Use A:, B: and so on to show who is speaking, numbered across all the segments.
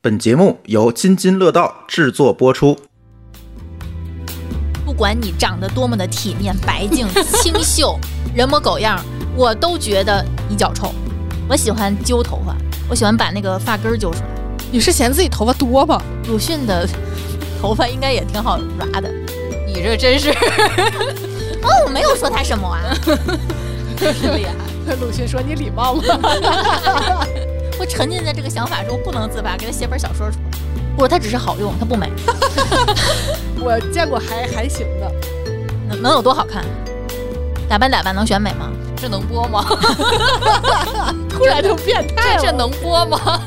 A: 本节目由津津乐道制作播出。
B: 不管你长得多么的体面、白净、 清秀、人模狗样，我都觉得你脚臭。我喜欢揪头发，我喜欢把那个发根儿揪出来。
C: 你是嫌自己头发多吗？
B: 鲁迅的头发应该也挺好抓的。
C: 你这真是
B: 哦，我没有说他什么啊，真是厉害！
C: 鲁迅说你礼貌吗？
B: 我沉浸在这个想法中不能自拔，给他写本小说出来。不是，它只是好用，它不美，
C: 我见过还还行的，
B: 能能有多好看？打扮打扮能选美吗？
D: 这能播吗？
C: 突然就变态
D: 哎这
C: 了。
D: 这能播吗？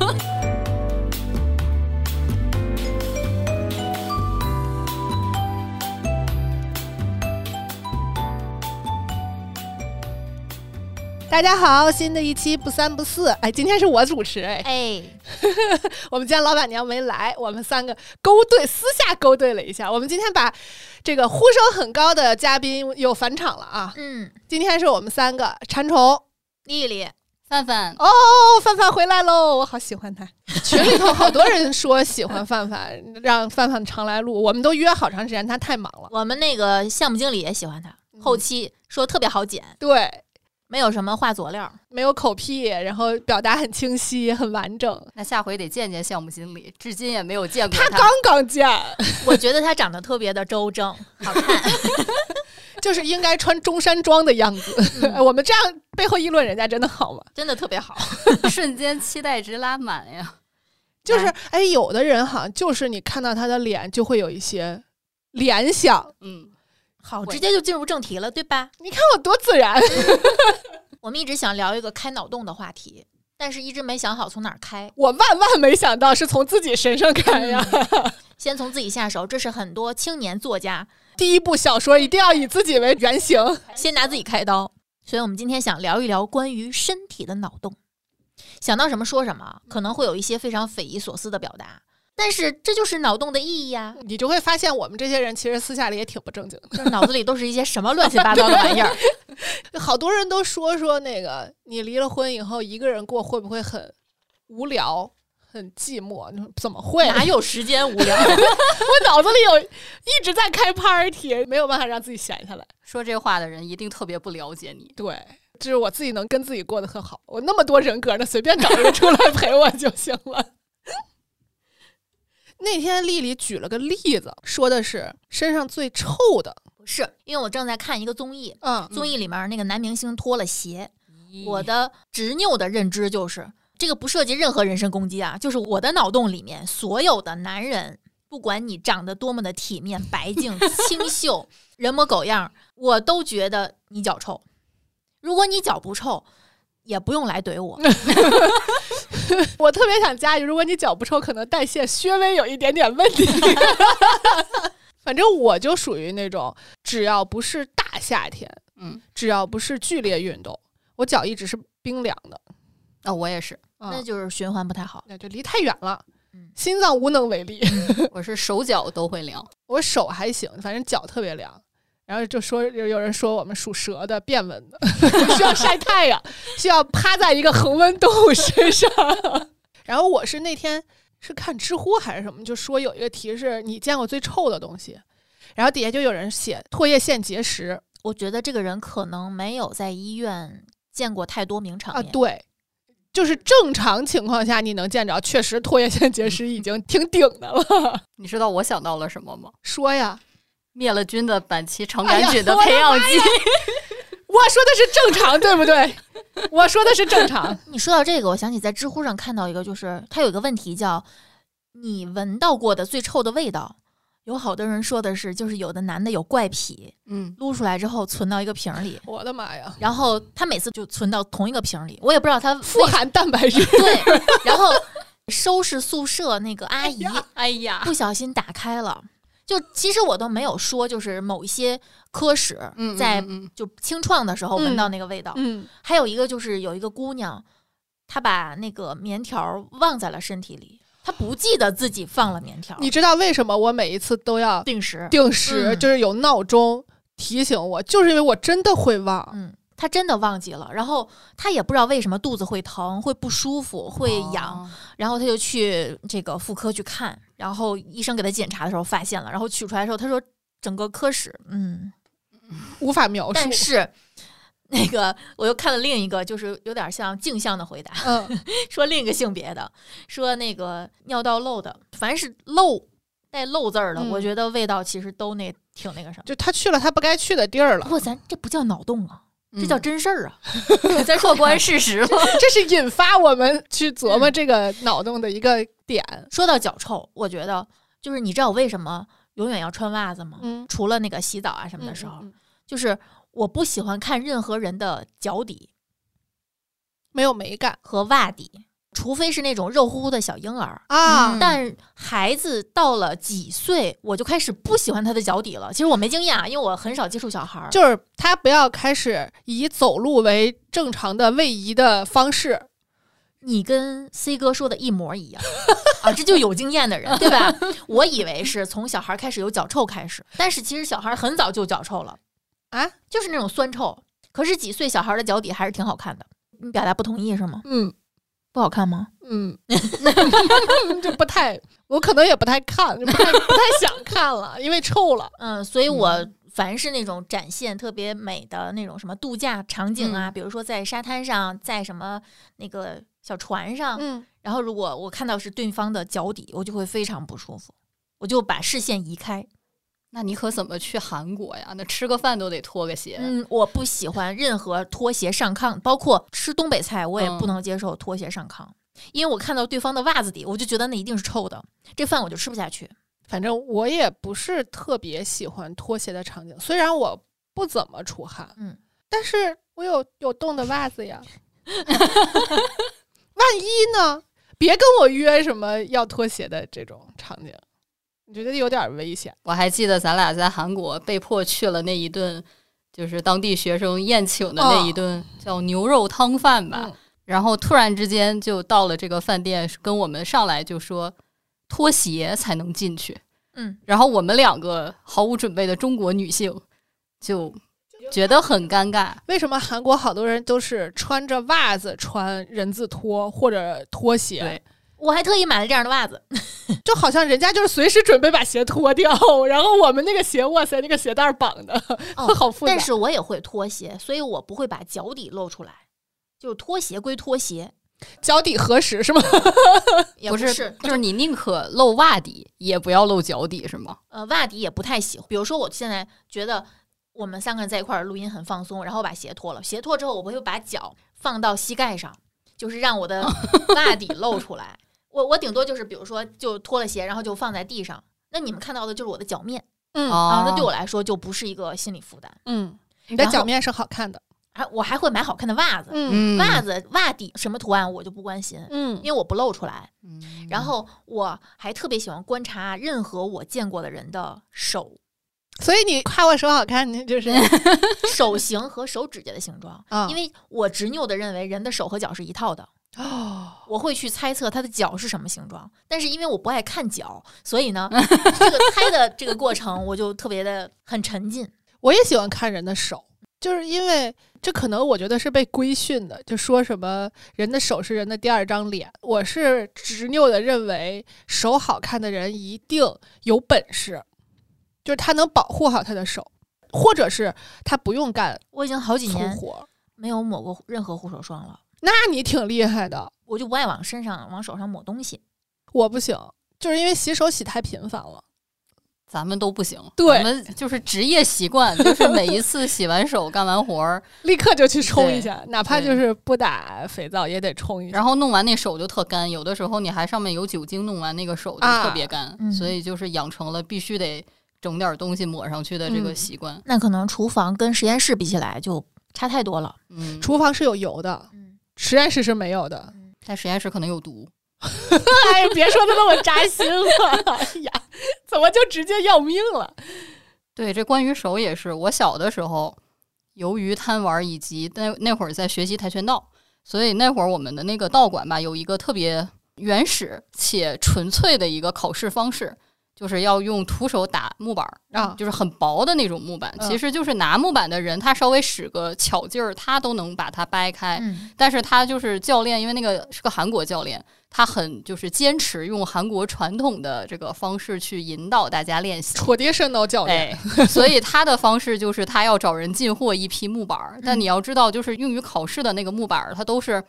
C: 大家好，新的一期不三不四，哎，今天是我主持，哎，
B: 哎，
C: 我们今天老板娘没来，我们三个勾兑，私下勾兑了一下。我们今天把这个呼声很高的嘉宾又返场了啊！
B: 嗯，
C: 今天是我们三个馋虫哦，
B: 丽丽，
D: 范范，
C: 范范回来喽，我好喜欢 他。群里头好多人说喜欢范范，让范范常来录，我们都约好长时间，他太忙了。
B: 我们那个项目经理也喜欢他，后期说特别好剪，
C: 对，
B: 没有什么画佐料。
C: 没有口癖，然后表达很清晰，很完整。
D: 那下回得见见项目经理，至今也没有见过
C: 他刚刚见，
B: 我觉得他长得特别的周正， 好看。
C: 就是应该穿中山装的样子。
B: 嗯
C: 我们这样背后议论人家真的好吗？
B: 真的特别好，
D: 瞬间期待值拉满呀！
C: 就是哎，有的人哈，就是你看到他的脸就会有一些联想。
D: 嗯，
B: 好，
D: 会
B: 直接就进入正题了，对吧？
C: 你看我多自然，
B: 我们一直想聊一个开脑洞的话题，但是一直没想好从哪儿开。
C: 我万万没想到是从自己身上看呀。
B: 先从自己下手，这是很多青年作家
C: 第一部小说一定要以自己为原型。
B: 先拿自己开刀。所以我们今天想聊一聊关于身体的脑洞，想到什么说什么，可能会有一些非常匪夷所思的表达，但是这就是脑洞的意义呀、
C: 你就会发现，我们这些人其实私下里也挺不正经的。
B: 就是脑子里都是一些什么乱七八糟的玩意儿。
C: 好多人都说说那个，你离了婚以后一个人过会不会很无聊、很寂寞？你说怎么会？
B: 哪有时间无聊？
C: 我脑子里有一直在开 party，没有办法让自己闲下来。
D: 说这话的人一定特别不了解你。
C: 对，就是我自己能跟自己过得特好。我那么多人格呢，随便找一个出来陪我就行了。 那天丽丽举了个例子，说的是身上最臭的，
B: 不 是，因为我正在看一个综艺，
C: 嗯，
B: 综艺里面那个男明星脱了鞋，我
D: 我的
B: 的执拗的认知就是，这个不涉及任何人身攻击啊，就是我的脑洞里面所有的男人，不管你长得多么的体面、白净、 清秀、人模狗样，我都觉得你脚臭。如果你脚不臭，也不用来怼我。
C: 我特别想加一句：如果你脚不臭，可能代谢稍微有一点点问题。 反正我就属于那种，只要不是大夏天，
D: 嗯，
C: 只要不是剧烈运动，我脚一直是冰凉的。
D: 啊、我也是，
C: 嗯、
B: 那就是循环不太好。
C: 那就离太远了
B: 嗯，
C: 心脏无能为力。
D: 我是手脚都会凉。
C: 我手还行，反正脚特别凉。然后就说有有人说我们属蛇的变温的， 需要晒太阳，需要趴在一个恒温动物身上。 然后我是那天是看知乎还是什么，就说有一个题是你见过最臭的东西，然后底下就有人写唾液腺结石
B: 我觉得这个人可能没有在医院见过太多名场
C: 啊，
B: 面。
C: 对，就是正常情况下你能见着，确实唾液腺结石已经挺顶的了。
D: 你知道我想到了什么吗？
C: 说呀，
D: 灭了菌的板崎肠
C: 哎呀
D: 杆菌的培养基，
C: 我说的是正常，对不对？ 我说的是正常。
B: 你说到这个，我想起在知乎上看到一个，就是它有一个问题叫“你闻到过的最臭的味道”。有好多人说的是，就是有的男的有怪癖，
D: 嗯，
B: 撸出来之后存到一个瓶儿里，
C: 我的妈呀！
B: 然后他每次就存到同一个瓶儿里，我也不知道他为。
C: 富含蛋白 质
B: 对，然后收拾宿舍那个阿姨
D: 哎呀，
B: 不小心打开了，就其实我都没有说，就是某一些科室
D: 嗯，
B: 在
D: 嗯嗯
B: 就清创的时候闻到那个味道，
C: 嗯，
B: 还有一个就是有一个姑娘，她把那个棉条忘在了身体里，她不记得自己放了棉条。
C: 你知道为什么我每一次都要
B: 定时，
C: 定时，
B: 嗯
C: 就是有闹钟提醒我，就是因为我真的会忘。
B: 嗯，他真的忘记了，然后他也不知道为什么肚子会疼、会不舒服、会痒，
D: 哦，
B: 然后他就去这个妇科去看，然后医生给他检查的时候发现了，然后取出来的时候，他说整个科室，嗯，
C: 无法描述
B: 但。是 那个我又看了另一个，就是有点像镜像的回答，
C: 嗯，
B: 说另一个性别的，说那个尿道漏的，凡是漏带漏字儿的，
C: 嗯
B: 我觉得味道其实都那挺那个什么。
C: 就他去了他不该去的地儿
B: 不
C: 了，
B: 过咱这不叫脑洞啊，
D: 嗯
B: 这叫真事儿啊，
D: 在客观 事实了。
C: 这是引发我们去琢
B: 嗯
C: 磨这个脑洞的一个点。
B: 说到脚臭，我觉得就是你知道我为什么永远要穿袜子吗？
C: 嗯，
B: 除了那个洗澡啊什么的时候，
C: 嗯嗯嗯
B: 就是我不喜欢看任何人的脚底
C: 没有美感
B: 和袜底，除非是那种肉乎乎的小婴儿。
C: 啊，
D: 嗯
B: 但孩子到了几岁，我就开始不喜欢他的脚底了。其实我没经验啊，因为我很少接触小孩儿。
C: 就是他不要开始以走路为正常的位移的方式。
B: 你跟 C 哥说的一模一样啊，这就有经验的人，对吧？ 我以为是从小孩开始有脚臭开始，但是其实小孩很早就脚臭了
C: 啊，
B: 就是那种酸臭。可是几岁小孩的脚底还是挺好看的，你表达不同意是吗？
C: 嗯
B: 不好看吗？
C: 嗯，就不太，我可能也不太看，就不太不太想看了，因为臭了。
B: 嗯，所以我凡是那种展现特别美的那种什么度假场景啊，比如说在沙滩上，在什么那个小船上，
C: 嗯，
B: 然后如果我看到是对方的脚底，我就会非常不舒服，我就把视线移开。
D: 那你可怎么去韩国呀？那吃个饭都得脱个鞋。
B: 嗯，我不喜欢任何拖鞋上炕，包括吃东北菜，我也不
D: 嗯
B: 能接受拖鞋上炕，因为我看到对方的袜子底，我就觉得那一定是臭的，这饭我就吃不下去。
C: 反正我也不是特别喜欢拖鞋的场景，虽然我不怎么出汗，
B: 嗯，
C: 但是我有有冻的袜 子呀。万一呢？别跟我约什么要拖鞋的这种场景，我觉得有点危险。
D: 我还记得咱俩在韩国被迫去了那一顿，就是当地学生宴请的那
B: 哦
D: 一顿、叫牛肉汤饭吧。
C: 嗯
D: 然后突然之间就到了这个饭店，跟我们上来就说脱鞋才能进去。
B: 嗯，
D: 然后我们两个毫无准备的中国女性就觉得很尴尬。
C: 为什么韩国好多人都是穿着袜子穿人字拖或者拖鞋？
D: 对，
B: 我还特意买了这样的袜子，
C: 就好像人家就是随时准备把鞋脱掉，然后我们那个鞋，哇塞，那个鞋带儿绑的、
B: 哦
C: 好复杂。
B: 但是我也会拖鞋，所以我不会把脚底露出来。就是拖鞋归拖鞋，
C: 脚底合十是吗？
B: 哦也
D: 不
B: 是
D: 就是你宁可露袜底，也不要露脚底，是吗？
B: 呃袜底也不太喜欢。比如说，我现在觉得我们三个人在一块儿录音很放松，然后把鞋脱了，鞋脱之后我会把脚放到膝盖上，就是让我 的袜底露出来。我我顶多就是比如说就脱了鞋，然后就放在地上。那你们看到的就是我的脚面
C: 嗯
B: 啊，那
D: 哦
B: 对我来说就不是一个心理负担。
C: 嗯，你的
B: 然后
C: 脚面是好看的。
B: 还我还会买好看的袜子，
C: 嗯
D: 嗯
B: 袜子袜底什么图案我就不关心，
C: 嗯
B: 因为我不露出来。
D: 嗯
B: 然后我还特别喜欢观察任何我见过的人的手、
C: 所以你夸我手好看，你就是
B: 手型和手指甲的形状，
C: 啊
B: 嗯因为我执拗的认为人的手和脚是一套的，
C: 哦，
B: 我会去猜测他的脚是什么形状。但是因为我不爱看脚，所以呢，这个猜的这个过程我就特别的很沉浸。
C: 我也喜欢看人的手，就是因为这可能我觉得是被规训的，就说什么人的手是人的第二张脸。我是执拗的认为，手好看的人一定有本事，就是他能保护好他的手，或者是他不用干
B: 我已经好几
C: 粗
B: 年
C: 活。
B: 没有抹过任何护手霜了，
C: 那你挺厉害的，
B: 我就不爱往身上、往手上抹东西。
C: 我不行，就是因为洗手洗太频繁了。
D: 咱们都不行，
C: 对
D: 我们就是职业习惯，就是每一次洗完手干完活儿，
C: 立刻就去冲
D: 对
C: 一下，哪怕
D: 对
C: 就是不打肥皂也得冲一下。
D: 然后弄完那手就特干，有的时候你还上面有酒精，弄完那个手就
C: 啊
D: 特别干，
B: 嗯
D: 所以就是养成了必须得整点东西抹上去的这个
C: 嗯
D: 习惯。
B: 那可能厨房跟实验室比起来就差太多了。
D: 嗯，
C: 厨房是有油的，
B: 嗯
C: 实验室是没有的。
B: 嗯，
D: 在实验室可能有毒，
C: 哎，别说的那么扎心了，哎呀，怎么就直接要命了？
D: 对，这关于手也是，我小的时候由于贪玩以及那那会儿在学习跆拳道，所以那会儿我们的那个道馆吧有一个特别原始且纯粹的一个考试方式，就是要用徒手打木板儿，
C: 啊，
D: 就是很薄的那种木板。
C: 嗯
D: 其实就是拿木板的人，他稍微使个巧劲儿，他都能把它掰开。
B: 嗯
D: 但是他就是教练，因为那个是个韩国教练，他很就是坚持用韩国传统的这个方式去引导大家练习。
C: traditional 教练，
D: 哎，所以他的方式就是他要找人进货一批木板
C: 嗯
D: 儿，但你要知道，就是用于考试的那个木板儿，它都是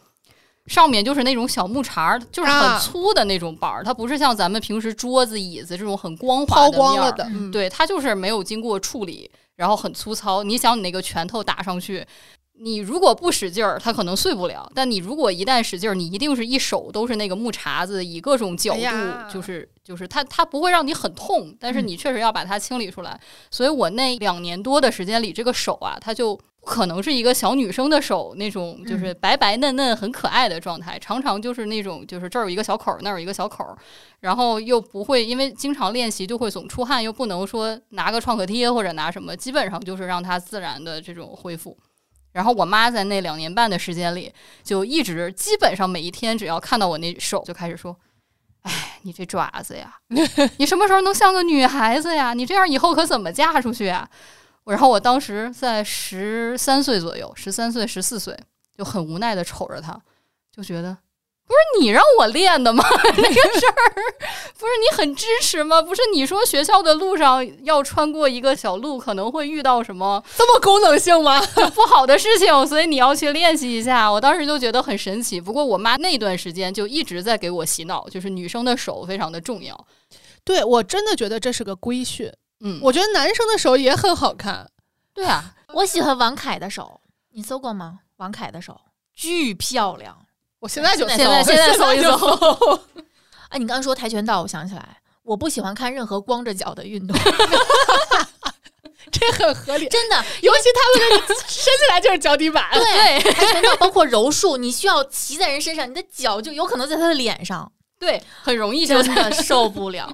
D: 上面就是那种小木茬儿，就是
C: 啊
D: 很粗的那种板儿，它不是像咱们平时桌子、椅子这种很光滑
C: 抛
D: 的面
C: 光了
D: 儿。
C: 的，
B: 嗯
D: 对，它就是没有经过处理，然后很粗糙。你想，你那个拳头打上去，你如果不使劲儿，它可能碎不了；但你如果一旦使劲儿，你一定是一手都是那个木碴子，以各种角
C: 哎
D: 度，
C: 呀嗯
D: 就是就是它它不会让你很痛，但是你确实要把它清理出来。所以我那两年多的时间里，这个手啊，它就。可能是一个小女生的手，那种
C: 嗯
D: 就是白白嫩嫩、很可爱的状态，常常就是那种就是这儿有一个小口儿，那儿有一个小口儿，然后又不会因为经常练习就会总出汗，又不能说拿个创可贴或者拿什么，基本上就是让它自然的这种恢复。然后我妈在那两年半的时间里，就一直基本上每一天，只要看到我那手，就开始说：“哎，你这爪子呀，你什么时候能像个女孩子呀？你这样以后可怎么嫁出去呀？”然后我当时在十三岁左右，十三岁、十四岁，就很无奈的瞅着她，就觉得不是你让我练的吗？那个事儿不是你很支持吗？不是你说学校的路上要穿过一个小路，可能会遇到什么
C: 这么功能性吗？
D: 不好的事情，所以你要去练习一下。我当时就觉得很神奇。不过我妈那段时间就一直在给我洗脑，就是女生的手非常的重要。
C: 对我真的觉得这是个规训，
D: 嗯，
C: 我觉得男生的手也很好看，
D: 对啊，
B: 我喜欢王凯的手，你搜过吗？王凯的手巨漂亮
C: 我现在就
B: 现在
C: 搜
B: 现在搜一搜
C: 搜，
B: 啊！你刚刚说跆拳道，我想起来，我不喜欢看任何光着脚的运动，
C: 这很合 理。
B: 真的。啊
C: 尤其他们那 个伸起来就是脚底板，
B: 对，跆拳道包括柔术，你需要骑在人身上，你的脚就有可能在他的脸上，
D: 对，很容易就
B: 真的受不了。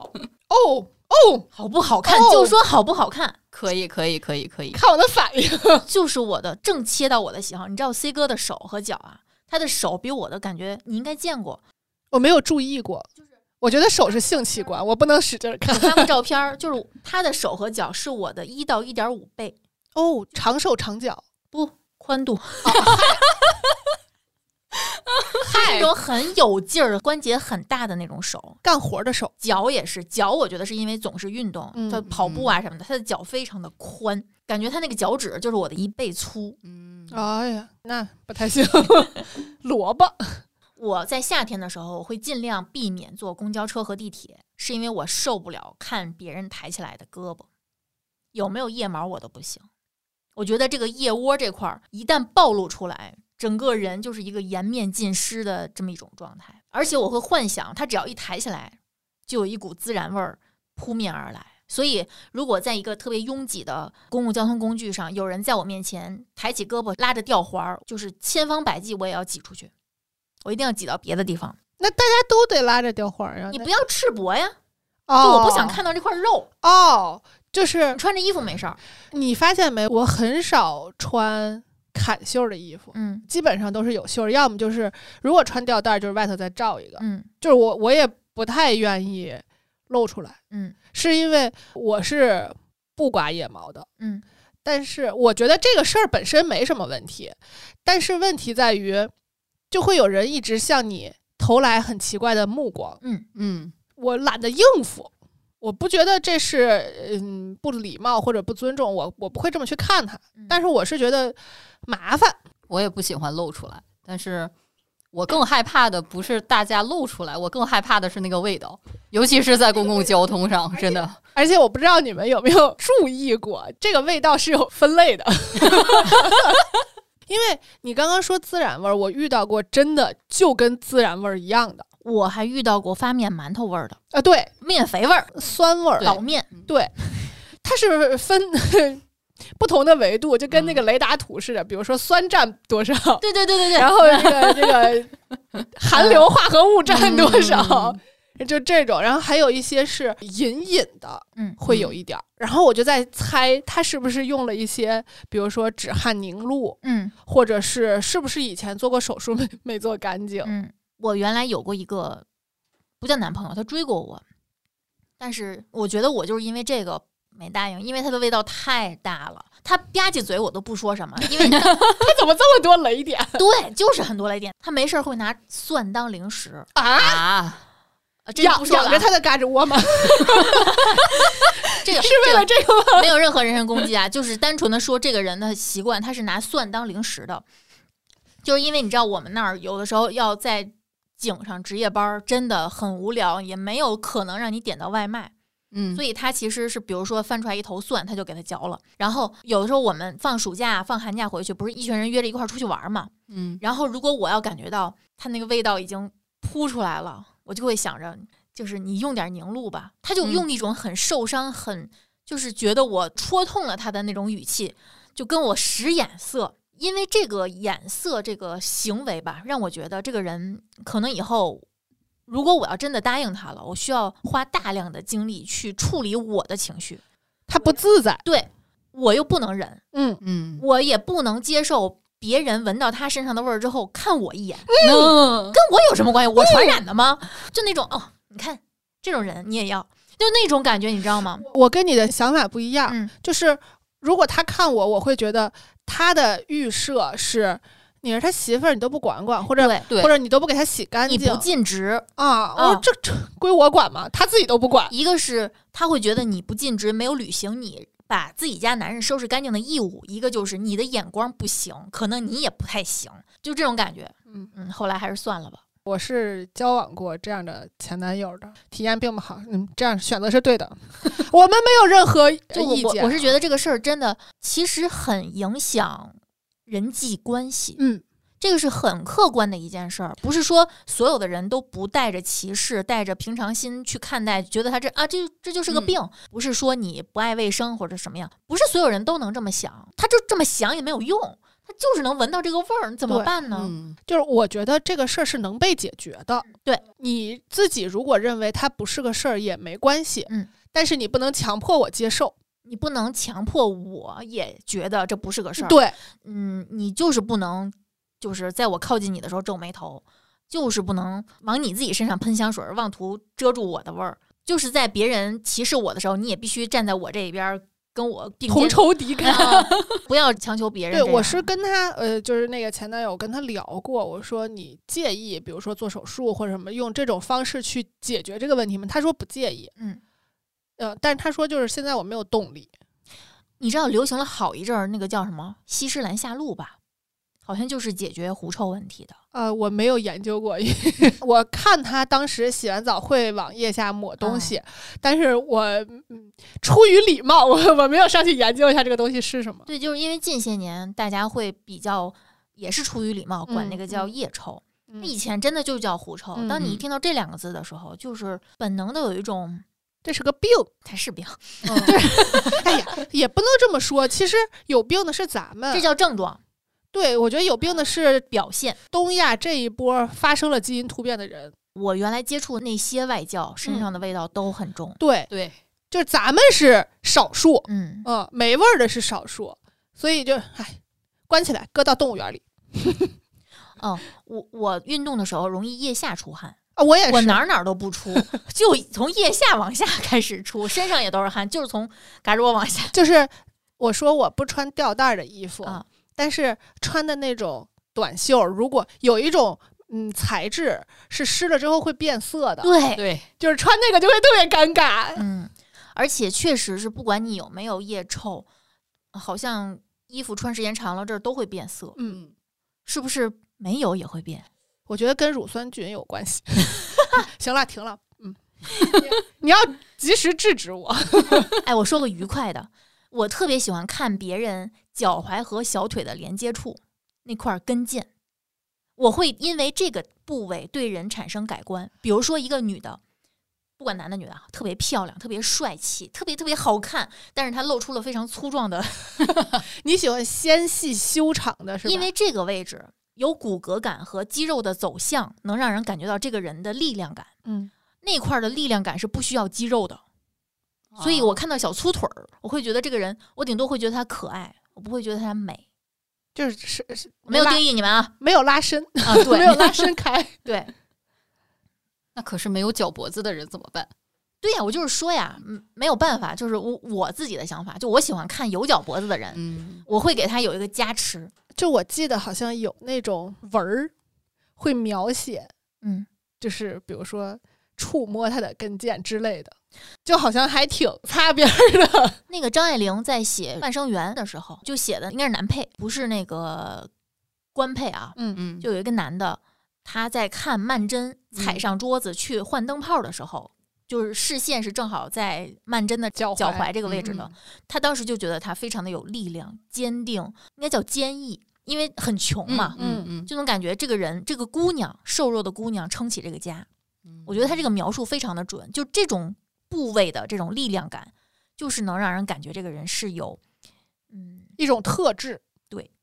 C: 哦哦，
B: 好不好看？
C: 哦
B: 就说好不好看，
D: 可以，可以，可以，可以。
C: 看我的反应，
B: 就是我的正切到我的喜好。你知道 C 哥的手和脚啊，他的手比我的感觉你应该见过，
C: 我没有注意过，我觉得手是性器官，我不能使劲儿看。
B: 我看过照片儿，就是他的手和脚是我的一到一点五倍，
C: 哦，长手长脚，
B: 不宽度，
C: 嗨
B: 那种很有劲儿、关节很大的那种手。
C: 干活的手，
B: 脚也是，脚我觉得是因为总是运动，
C: 嗯
B: 他跑步啊什么的，他的脚非常的宽，感觉他那个脚趾就是我的一倍粗。
D: 嗯，
C: 哎呀，那不太行。 萝卜，
B: 我在夏天的时候，我会尽量避免坐公交车和地铁，是因为我受不了看别人抬起来的胳膊，有没有腋毛我都不行。我觉得这个腋窝这块儿一旦暴露出来，整个人就是一个颜面尽失的这么一种状态。而且我会幻想，它只要一抬起来，就有一股孜然味儿扑面而来。所以，如果在一个特别拥挤的公共交通工具上，有人在我面前抬起胳膊拉着吊环儿，就是千方百计我也要挤出去。我一定要挤到别的地方。
C: 那大家都得拉着吊环儿啊！
B: 你
C: 那
B: 不要赤膊呀，就
C: 哦，
B: 我不想看到这块肉。
C: 哦，就是
B: 你穿着衣服没事儿，
C: 你发现没，我很少穿坎袖儿的衣服。
B: 嗯
C: 基本上都是有袖儿，要么就是如果穿吊带儿，就是外头再罩一个。
B: 嗯
C: 就是我我也不太愿意露出来，
B: 嗯
C: 是因为我是不刮腋毛的。
B: 嗯
C: 但是我觉得这个事儿本身没什么问题，但是问题在于，就会有人一直向你投来很奇怪的目光，
B: 嗯
D: 嗯，
C: 我懒得应付，我不觉得这是嗯不礼貌或者不尊重我，我不会这么去看他，
B: 嗯
C: 但是我是觉得麻烦，
D: 我也不喜欢露出来，但是我更害怕的不是大家露出来，我更害怕的是那个味道，尤其是在公共交通上，真的。
C: 而且我不知道你们有没有注意过，这个味道是有分类的。 因为你刚刚说孜然味儿，我遇到过真的就跟孜然味儿一样的
B: 我还遇到过发面馒头味儿的，嗯
C: 啊，对，
B: 面肥味儿，
C: 酸味儿，
B: 老面。
C: 对，它是分 不同的维度，就跟那个雷达图似的，比如说酸占多少，
B: 对对对对对，
C: 然后这个这个含硫化合物占多少，就这种，然后还有一些是隐隐的，
B: 嗯
C: 会有一点儿。然后我就在猜，它是不是用了一些，比如说止汗凝露，
B: 嗯
C: 或者是是不是以前做过手术没没做干净？
B: 嗯，我原来有过一个不叫男朋友，他追过我，但是我觉得我就是因为这个没答应，因为它的味道太大了。它吧唧嘴我都不说什么，因 为
C: 它怎么这么多雷点
B: 对，就是很多雷点。它没事儿会拿蒜当零食，
C: 啊？
D: 啊，
B: 啊、这就
C: 养
B: 不说
C: 养
B: 了
C: 着
B: 啊。
C: 它的嘎吱窝吗？
B: 这个
C: 是为 了这 个吗？
B: 没有任何人身攻击啊， 就是单纯的说这个人的习惯，他是拿蒜当零食的，就是因为你知道我们那儿有的时候要在井上值夜班儿，真的很无聊，也没有可能让你点到外卖，
D: 嗯，
B: 所
D: 以
B: 以他其实是比如说翻出来一头蒜，他就给它嚼了。然后有的时候我们放暑假、放寒假回去，不是一群人约着一块儿出去玩儿嘛，
D: 嗯，
B: 然后如果我要感觉到它那个味道已经扑出来了，我就会想着，就是你用点凝露吧。他就
D: 嗯
B: 用一种很受伤、很就是觉得我戳痛了他的那种语气，就跟我使眼色。因为这个眼色这个行为吧，让我觉得这个人可能以后，如果我要真的答应他了，我需要花大量的精力去处理我的情绪，
C: 它不自在。
B: 对我又不能忍，
C: 嗯，
D: 嗯，
B: 我也不能接受别人闻到他身上的味儿之后看我一眼。
D: 嗯，
B: 跟我有什么关系？我传染的吗？就那种哦，你看这种人你也要，就那种感觉，你知道吗？
C: 我跟你的想法不一样，
B: 嗯
C: 就是如果他看我，我会觉得他的预设是你是他媳妇儿，你都不管管，或者
B: 对，
D: 对
C: 或者你都不给他洗干
B: 你
C: 净
B: 不尽职，
C: 啊？
B: 啊
C: 我说这这归我管吗？他自己都不管，
B: 一个是他会觉得你不尽职，没有履行你把自己家男人收拾干净的义务；一个就是你的眼光不行，可能你也不太行，就这种感觉。
C: 嗯
B: 嗯，后来还是算了吧。
C: 我是交往过这样的前男友的，体验并不好。嗯，这样选择是对的， 我们没有任 何
B: 就我
C: 意
B: 我
C: 见。
B: 我是觉得这个事儿真的其实很影响人际关系。
C: 嗯，
B: 这个是很客观的一件事儿，不是说所有的人都不带着歧视、带着平常心去看待，觉得他这啊，这这就是个
D: 嗯
B: 病，不是说你不爱卫生或者什么样，不是所有人都能这么想，他就这么想也没有用，他就是能闻到这个味儿，你怎么
C: 对
B: 办呢？
D: 嗯
C: 就是我觉得这个事儿是能被解决的。
B: 对，
C: 你自己如果认为它不是个事儿也没关系，
B: 嗯，
C: 但是你不能强迫我接受。
B: 你不能强迫我也觉得这不是个事儿，，
C: 对，
B: 嗯，你就是不能，就是在我靠近你的时候皱眉头，就是不能往你自己身上喷香水儿，妄图遮住我的味儿。就是在别人歧视我的时候，你也必须站在我这一边儿，跟我并
C: 同
B: 肩
C: 仇敌 忾。
B: 啊 不要强求别人
C: 对，
B: 这样。
C: 我是跟他呃，就是那个前男友，我跟他聊过，我说你介意，比如说做手术或者什么，用这种方式去解决这个问题吗？他说不介意，
B: 嗯，
C: 呃，但是他说就是现在我没有动力。
B: 你知道流行了好一阵儿，那个叫什么西施兰下露吧，好像就是解决狐臭问题的。
C: 呃，我没有研究过，因为 我看他当时洗完澡会往腋下抹东
B: 啊
C: 西，但是我嗯，出于礼貌，我我没有上去研究一下这个东西是什么。
B: 对，就是因为近些年大家会比较，也是出于礼貌，管那
C: 嗯
B: 个叫
C: 嗯
B: 腋臭。
C: 嗯
B: 以前真的就叫狐臭。当你一
D: 嗯
B: 听到这两个字的时候，就是本能的有一种
C: 这是个病，
B: 它是病，
C: 哎呀，也不能这么说。其实有病的是咱们，
B: 这叫症状
C: 对我觉得有病的是
B: 表现。
C: 东亚这一波发生了基因突变的人。
B: 我原来接触那些外教，身上的味道都很重。
C: 对，
D: 对，
C: 就是咱们是少数，
B: 嗯，
C: 嗯，没味儿的是少数，所以就哎，关起来，搁到动物园里
B: 我我运动的时候容易腋下出汗，
C: 啊。我也是，
B: 我哪儿哪儿都不出，就从腋下往下开始出，身上也都是汗，就是从嘎吱窝往下。
C: 就是我说我不穿吊带儿的衣服，
B: 啊
C: 但是穿的那种短袖，如果有一种嗯材质是湿了之后会变色的，
B: 对，
D: 对，
C: 就是穿那个就会特别尴尬。
B: 嗯，而且确实是，不管你有没有腋臭，好像衣服穿时间长了这儿都会变色，
C: 嗯，
B: 是不是没有也会变？
C: 我觉得跟乳酸菌有关 系。行了，停了，嗯， 你要及时制止我。
B: 哎，我说个愉快的，我特别喜欢看别人脚踝和小腿的连接处那块儿跟腱，我会因为这个部位对人产生改观。比如说一个女的，不管男的女的啊，特别漂亮，特别帅气，特别特别好看，但是她露出了非常粗壮的，
C: 你喜欢纤细修长的是吧？
B: 因为这个位置有骨骼感和肌肉的走向，能让人感觉到这个人的力量感。
C: 嗯，
B: 那块儿的力量感是不需要肌肉的，所
D: 哦啊
B: 以我看到小粗腿儿，我会觉得这个人，我顶多会觉得她可爱，我不会觉得她美。
C: 就是是是
B: 没有
C: 拉
B: 定义你们啊
C: 没有拉伸，
B: 啊，
C: 没有
B: 对
C: 拉伸开。
B: 对，
D: 那可是没有脚脖子的人怎么办？
B: 对呀，我就是说呀，嗯，没有办法，就是我我自己的想法，就我喜欢看有脚脖子的人，
D: 嗯，
B: 我会给他有一个加持。
C: 就我记得好像有那种文儿会描写，
B: 嗯，
C: 就是比如说触摸他的跟腱之类的，就好像还挺擦边儿的。
B: 那个张爱玲在写《半生缘》的时候，就写的应该是男配，不是那个官配啊。
C: 嗯
D: 嗯，
B: 就有一个男的，他在看曼桢踩上桌子去换灯泡的时候，就是视线是正好在曼桢的
C: 脚踝
B: 脚踝这个位置的。
D: 嗯
B: 他当时就觉得他非常的有力量、坚定，应该叫坚毅，因为很穷嘛，
D: 嗯嗯
B: 就能感觉这个人、这个姑娘、瘦弱的姑娘撑起这个家。
D: 嗯，
B: 我觉得他这个描述非常的准，就这种部位的这种力量感，就是能让人感觉这个人是有，嗯
C: 一种特质，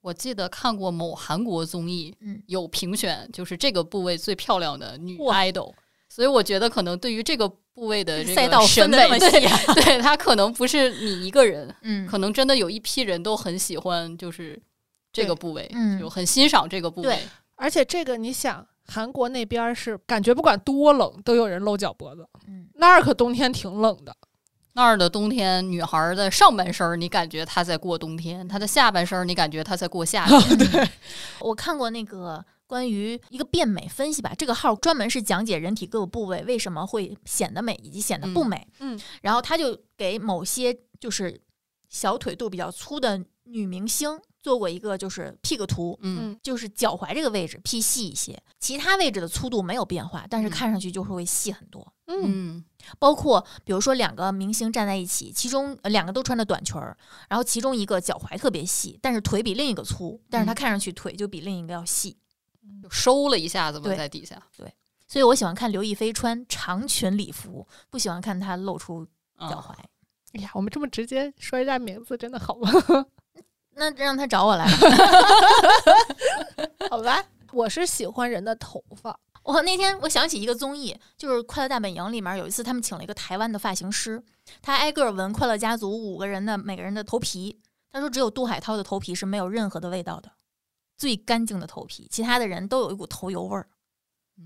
D: 我记得看过某韩国综艺
B: 嗯，
D: 有评选，就是这个部位最漂亮的女
B: 哇
D: idol，所以我觉得可能对于这个部位的这个
B: 赛道
D: 审
B: 分的
D: 美
B: 那，么细
D: 对，
B: 啊，
D: 对他可能不是你一个人，
B: 嗯，
D: 可能真的有一批人都很喜欢，就是这个部位，
B: 嗯
D: 就很欣赏这个部位
B: 对。
C: 而且这个你想，韩国那边儿是感觉不管多冷都有人露脚脖子，
B: 嗯
C: 那儿可冬天挺冷的。
D: 那儿的冬天，女孩儿的上半身儿你感觉她在过冬天，她的下半身儿你感觉她在过夏天。
B: 对，我看过那个关于一个变美分析吧，这个号专门是讲解人体各个部位为什么会显得美以及显得不美。
C: 嗯嗯
B: 然后他就给某些就是小腿肚比较粗的女明星做过一个就是 P 个图。
D: 嗯，
B: 就是脚踝这个位置 P 细一些，其他位置的粗度没有变化，但是
D: 嗯
B: 看上去就是会细很多。
C: 嗯
D: 嗯
B: 包括比如说两个明星站在一起，其中呃两个都穿着短裙儿，然后其中一个脚踝特别细，但是腿比另一个粗，但是他
D: 嗯
B: 看上去腿就比另一个要细。
D: 就收了一下子嘛，
B: 对
D: 在底下。
B: 所以我喜欢看刘亦菲穿长裙礼服，不喜欢看她露出
D: 嗯
B: 脚踝。
C: 哎呀，我们这么直接说一下名字，真的好吗？
B: 那让她找我 来。
C: 好吧， 我是喜欢人的头发，
B: 我那天我想起一个综艺，就是《快乐大本营》里面有一次他们请了一个台湾的发型师，他挨个儿闻《快乐家族》五个人的每个人的头皮，他说只有杜海涛的头皮是没有任何的味道的，最干净的头皮，其他的人都有一股头油味儿。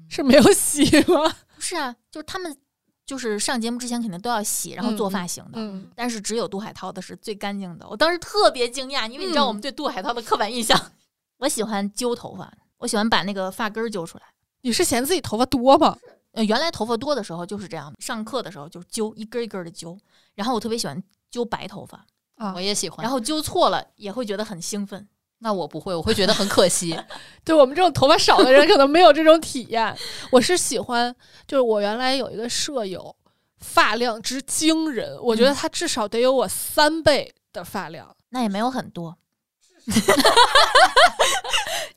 C: 是没有洗吗？
B: 不是啊，就是他们就是上节目之前肯定都要洗，然后做发型的。
C: 嗯，
B: 但是只有杜海涛的是最干净的，我当时特别惊讶，因为你知道
D: 嗯
B: 我们对杜海涛的刻板印象。 我喜欢揪头发，我喜欢把那个发根儿揪出来。
C: 你是嫌自己头发多吗？
B: 呃，原来头发多的时候就是这样，上课的时候就揪一根儿一根的揪，然后我特别喜欢揪白头发，
C: 啊
D: 我，也喜欢。
B: 然后揪错了也会觉得很兴奋。
D: 那我不会，我会觉得很可惜。
C: 对我们这种头发少的人，可能没有这种体验。我是喜欢，就是我原来有一个舍友，发量之惊人，我
B: 嗯
C: 觉得他至少得有我三倍的发量，
B: 那也没有很多，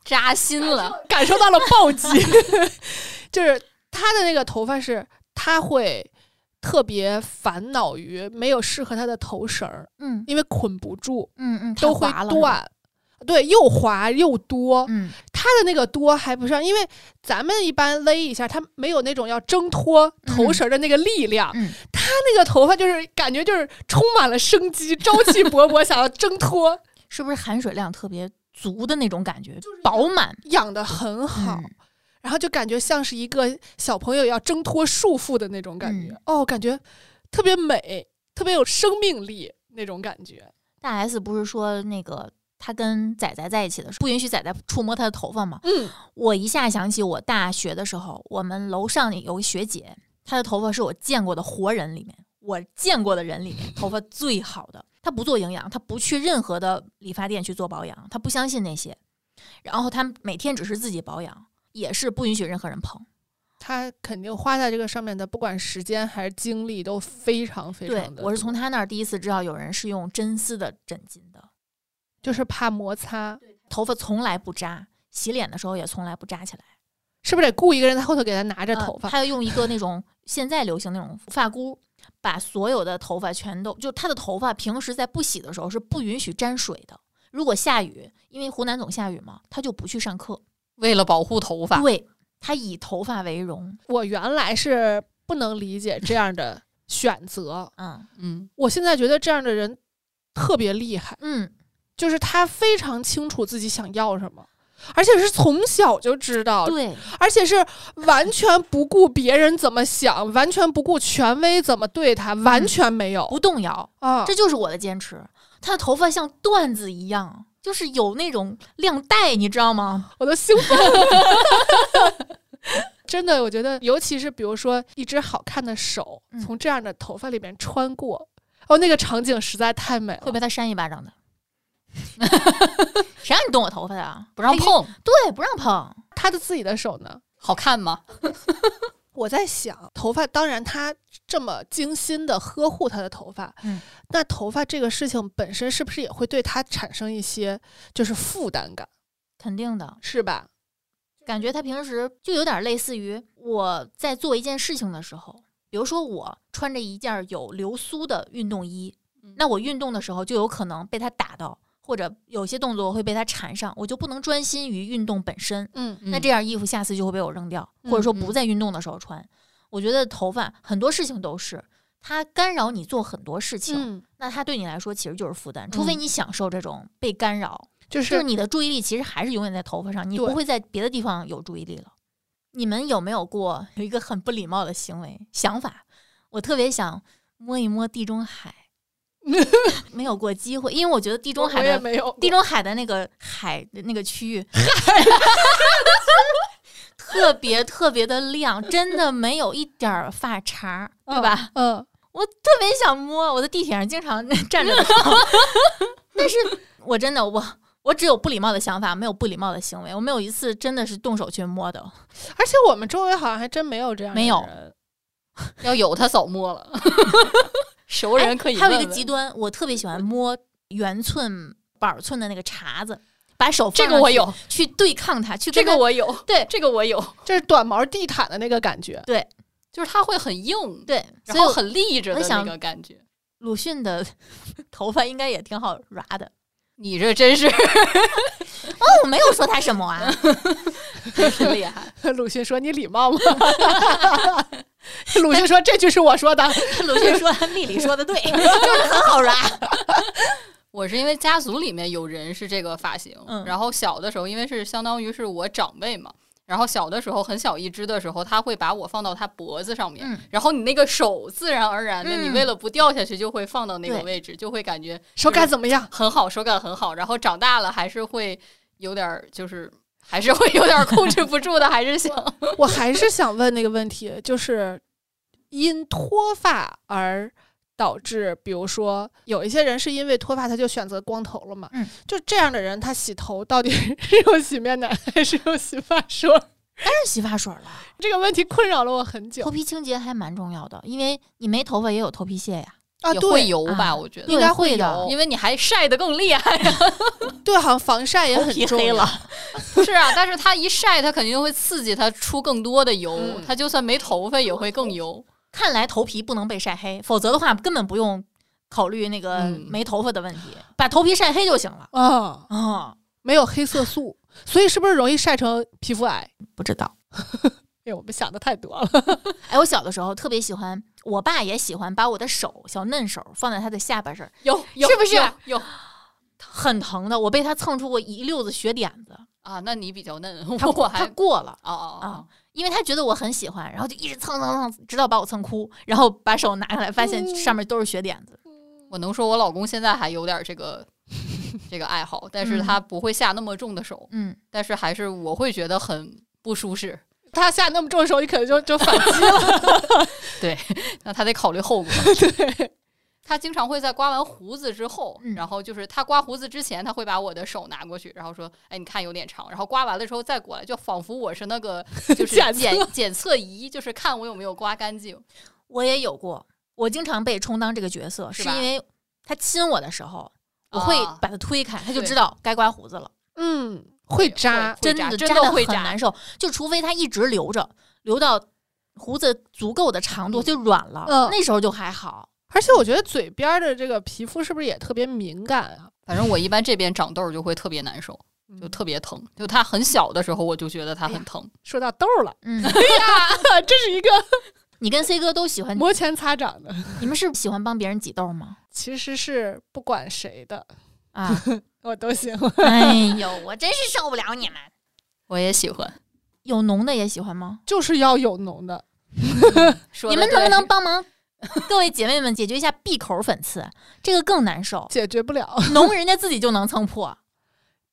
D: 扎心了。
C: 感受到了 暴击。就是他的那个头发是，他会特别烦恼于没有适合他的头绳儿，
B: 嗯
C: 因为捆不住，
B: 嗯嗯，太
C: 都会
B: 滑了，
C: 断。对，又滑又多，
B: 嗯
C: 它的那个多还不上，因为咱们一般勒一下，它没有那种要挣脱头绳的那个力量。
B: 嗯，
C: 那个头发就是感觉就是充满了生机，朝气勃勃，想要挣脱，
B: 是不是含水量特别足的那种感觉，饱满？
C: 养得很好。
B: 嗯
C: 然后就感觉像是一个小朋友要挣脱束缚的那种感觉，哦，感觉特别美，特别有生命力那种感觉。
B: 大 S 不是说那个她跟仔仔在一起的时候不允许仔仔触摸她的头发吗？
C: 嗯，
B: 我一下想起我大学的时候，我们楼上有个学姐，她的头发是我见过的活人里面，我见过的人里面头发最好的。她不做营养，她不去任何的理发店去做保养，她不相信那些。然后她每天只是自己保养，也是不允许任何人碰。
C: 他肯定花在这个上面的，不管时间还是精力，都非常非
B: 对
C: 常的。
B: 我是从她那儿第一次知道有人是用真丝的枕巾的，
C: 就是怕摩擦，
B: 头发从来不扎，洗脸的时候也从来不扎起来。
C: 是不是得雇一个人在后头给他拿着
B: 呃
C: 头发？
B: 他要用一个那种现在流行那种发箍，把所有的头发全都，就他的头发平时在不洗的时候是不允许沾水的。如果下雨，因为湖南总下雨嘛，他就不去上课。
D: 为了保护头发，
B: 对，他以头发为荣。
C: 我原来是不能理解这样的选择，
B: 嗯
D: 嗯，
C: 我现在觉得这样的人特别厉害，
B: 嗯，
C: 就是他非常清楚自己想要什么。而且是从小就知道，
B: 对，
C: 而且是完全不顾别人怎么想，完全不顾权威怎么对他，完全没有
B: 嗯不动摇，
C: 啊。
B: 这就是我的坚持。她的头发像缎子一样，就是有那种亮带，你知道吗？
C: 我都兴奋了。 真的，我觉得，尤其是比如说一只好看的手
B: 嗯
C: 从这样的头发里面穿过，哦，那个场景实在太美
B: 会
C: 了。
B: 被她扇一巴掌的。 谁让你动我头发的啊？
D: 不让碰，
B: 对，不让碰。
C: 他的自己的手呢？
D: 好看吗？
C: 我在想，头发当然他这么精心的呵护他的头发，
B: 嗯，
C: 那头发这个事情本身是不是也会对他产生一些就是负担感，
B: 肯定的，
C: 是吧？
B: 感觉他平时就有点类似于我在做一件事情的时候，比如说我穿着一件有流苏的运动衣，
C: 嗯
B: 那我运动的时候就有可能被他打到，或者有些动作会被他缠上，我就不能专心于运动本身。
C: 嗯
B: 那这样衣服下次就会被我扔掉，或者说不在运动的时候穿。我觉得头发很多事情都是它干扰你做很多事情，
C: 嗯，
B: 那它对你来说其实就是负担，除非你享受这种被干扰。
C: 就
B: 就是
C: 是
B: 你的注意力其实还是永远在头发上，你
C: 对
B: 不会在别的地方有注意力了。你们有没有过有一个很不礼貌的行为想法？我特别想摸一摸地中 海，没有过机会，因为我觉得地中海
C: 我也
B: 的
C: 没有过
B: 地中海的那个海的那个区域，特别特别的亮，真的没有一点儿发茬儿，对吧？？
C: 嗯，
B: 我特别想摸，我在地铁上经常 站着挠， 但是我真的我我只有不礼貌的想法，没有不礼貌的行为，我没有一次真的是动手去摸的。
C: 而且我们周围好像还真没有这样的
B: 没有
C: 人
D: 要有他早摸 了，熟人可以
B: 哎
D: 问
B: 还
D: 问。
B: 有一个极端，我特别喜欢摸圆寸板寸的那个茶子，把手放
D: 这个
B: 上
D: 我
B: 去
D: 有，
B: 去对抗它，去
D: 这
B: 跟
D: 个
B: 它
D: 我有，
B: 对
D: 这个我有，
C: 就是短毛地毯的那个感觉。
D: 就是他会很硬，
B: 对，
D: 然
B: 所以
D: 后
B: 我
D: 很立着的
B: 我
D: 那
B: 想
D: 个感觉。
B: 鲁迅的 头发应该也挺好抓的。
D: 你这真是
B: 哦，我没有说他什么啊，
D: 真是厉害，
C: 鲁迅说：“你礼貌吗？” 鲁迅说：“这句是我说的。
B: 鲁迅说丽丽说的对， 就是很好抓。
D: 我是因为家族里面有人是这个发型，
B: 嗯
D: 然后小的时候，因为是相当于是我长辈嘛，然后小的时候很小一只的时候，他会把我放到他脖子上面，
B: 嗯
D: 然后你那个手自然而然的，
B: 嗯
D: 你为了不掉下去，就会放到那个
B: 对
D: 位置，就会感觉”
C: 手感怎么样？
D: 很好，手感很好。然后长大了还是会有点儿，就是还是会有点儿控制不住的，还是 想
B: 啊
C: 我还是想问那个问题，就是因脱发而导致，比如说有一些人是因为脱发他就选择光头了嘛？
B: 嗯，
C: 就这样的人，他洗头到底是用洗面奶还是用洗发水？
B: 当然洗发水了。
C: 这个问题困扰了我很久
B: 头皮清洁还蛮重要的，因为你没头发也有头皮屑呀。
C: 啊。
D: 也会
C: 对
D: 油吧？
B: 啊
D: 我觉得
C: 应，该
B: 会
C: 会
B: 的
C: 有
D: 因为你还晒得更厉害。
C: 对，好像防晒也
B: 头
C: 很
B: 皮
C: 重
B: 黑
C: 要
B: 了。
D: 是啊，但是它一晒，它肯定会刺激它出更多的油，
C: 嗯
D: 它就算没头发也会更油。
B: 看来头皮不能被晒黑，否则的话根本不用考虑那个
D: 嗯
B: 没头发的问题，把头皮晒黑就行了。
C: 啊，
B: 哦，
C: 没有黑色素，所以是不是容易晒成皮肤癌？
B: 不知道。
C: 哎，我们想的太多了。
B: 哎，我小的时候特别喜欢，我爸也喜欢把我的手小嫩手放在他的下巴这儿，
D: 有有
B: 是不是
D: 有有
B: 很疼的，我被他蹭出过一溜子血点子。
D: 啊？那你比较嫩，
B: 他
D: 我还
B: 他过了。
D: 哦哦哦
B: 啊，因为他觉得我很喜欢，然后就一直蹭蹭蹭，直到把我蹭哭，然后把手拿下来，发现上面都是血点子。
D: 我能说我老公现在还有点儿这个 这个爱好，但是
B: 嗯
D: 他不会下那么重的手，
B: 嗯，
D: 但是还是我会觉得很不舒适。
C: 他下那么重的时候，你可能就就 反击了。
D: 那他得考虑后果。他经常会在刮完胡子之后，
B: 嗯
D: 然后就是他刮胡子之前，他会把我的手拿过去，然后说：“哎，你看有点长。”然后刮完了之后再过来，就仿佛我是那 个就是
C: 检测
D: 检检测仪，就是看我有没有刮干净。
B: 我也有过，我经常被充当这个角色，
D: 是
B: 是
D: 吧
B: 因为他亲我的时候，我会
D: 啊
B: 把他推开，他就
D: 对
B: 知道该刮胡子了，
C: 嗯，会扎
D: 会，
B: 真
D: 扎
B: 的
D: 真
B: 扎
D: 的
B: 得
D: 会
B: 很
D: 扎
B: 难受。就除非他一直留着，留到胡子足够的长度就软了，
C: 嗯
B: 那时候就还好。
C: 而且我觉得嘴边儿的这个皮肤是不是也特别敏感啊？嗯
D: 反正我一般这边长痘儿就会特别难受，就特别疼。就他很小的时候，我就觉得他
B: 哎
D: 很
B: 呀，
D: 疼。
C: 说到痘儿了
B: 嗯，
C: 啊这是一个
B: 你跟 C 哥都喜欢，
C: 摩拳擦掌的，
B: 你们是喜欢帮别人挤痘吗？
C: 其实是不管谁的，
B: 啊，
C: 我都行。
B: 哎呦，我真是受不了你们。
D: 我也喜欢。
B: 有浓的也喜欢吗？
C: 就是要有浓的，
D: 说
B: 你
D: 得
B: 们能不
D: 对
B: 能帮忙 各位姐妹们解决一下闭口粉刺？这个更难受，
C: 解决不了。
B: 浓人家自己就能蹭破，
C: 嗯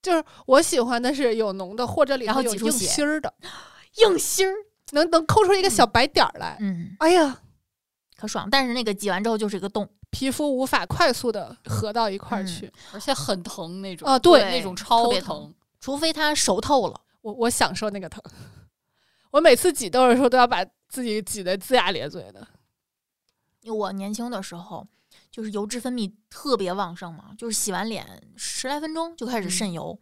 C: 就是我喜欢的是有浓的，或者里
B: 然
C: 头
B: 后
C: 有
B: 挤出
C: 硬
B: 血
C: 芯儿的，
B: 硬芯儿，
C: 能能抠出一个小白点儿来。
B: 嗯，
C: 哎呀，
B: 可爽。但是那个挤完之后就是一个洞，
C: 皮肤无法快速的合到一块儿
B: 嗯
C: 去。
D: 而且很疼那种
C: 啊对
D: 那种超
B: 哦特别
D: 疼
B: 疼。除非它熟透了。
C: 我我享受那个疼， 我每次挤痘的时候都要把自己挤得龇牙咧嘴的。
B: 我年轻的时候，就是油脂分泌特别旺盛嘛，就是洗完脸十来分钟就开
C: 嗯
B: 始渗油，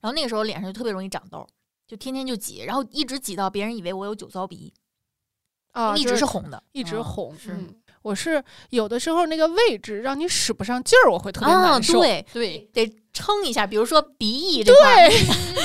B: 然后那个时候脸上就特别容易长痘，就天天就挤，然后一直挤到别人以为我有酒糟鼻，
C: 啊，
B: 一
C: 就
B: 直哦是哦红的。
C: 一直
D: 啊
C: 红，
D: 是
C: 嗯，我是有的时候那个位置让你使不上劲儿，我会特别
B: 啊，
C: 难受。
B: 对，
D: 对，
B: 得撑一下，比如说鼻翼这块儿，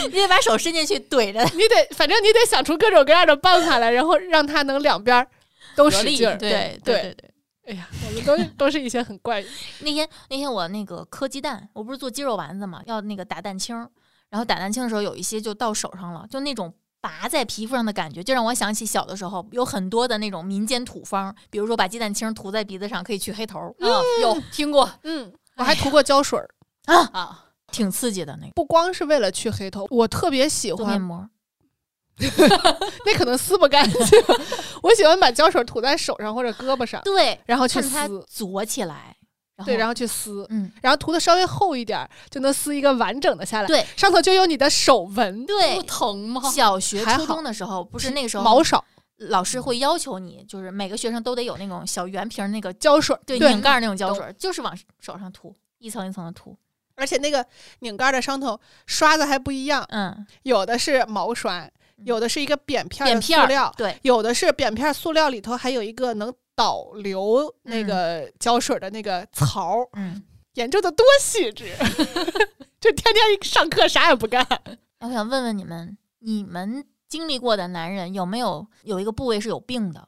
B: 你得把手伸进去怼着它。
C: 你得反正你得想出各种各样的办法来，然后让它能两边儿都
D: 合
C: 使
D: 力
C: 劲儿。
D: 对
C: 对
B: 对对，
C: 哎呀，我们都都是一些很怪，
B: 那天那天我那个磕鸡蛋，我不是做鸡肉丸子嘛，要那个打蛋清儿，然后打蛋清的时候有一些就到手上了，就那种拔在皮肤上的感觉，就让我想起小的时候有很多的那种民间土方，比如说把鸡蛋清涂在鼻子上可以去黑头儿
D: 啊，有听过
C: 嗯，我还涂过胶水儿，
D: 啊？
B: 挺刺激的那个
C: 不光是为了去黑头，我特别喜
B: 做面
C: 欢，
B: 膜。
C: 那可能撕不干净， 我喜欢把胶水儿涂在手上或者胳膊上，
B: 对，
C: 然后去
B: 看它
C: 撕，
B: 啄起来，然后
C: 对，然后去撕，
B: 嗯，
C: 然后涂的稍微厚一点儿，就能撕一个完整的下来，
B: 对
C: 上头就有你的手纹，
D: 不
B: 对。
D: 疼吗？
B: 小学、
C: 还
B: 初
C: 好
B: 中的时候，不是那个时候
C: 毛少
B: 老师会要求你，就是每个学生都得有那种小圆瓶儿那个
C: 胶水儿，
B: 对
C: 对
B: 拧盖儿那种胶水儿，就是往手上涂，一层一层的涂。
C: 而且那个拧盖儿的伤口刷子还不一样，
B: 嗯，
C: 有的是毛刷，有的是一个扁片儿
B: 扁
C: 的塑
B: 片儿
C: 料，，
B: 对，
C: 有的是扁片儿塑料里头还有一个能导流那个胶水的那个槽儿，
B: 嗯。
C: 研究的多 细致，就天天一上课啥也不干。
B: 我想问问你们，你们经历过的男人有没有有一个部位是有病的？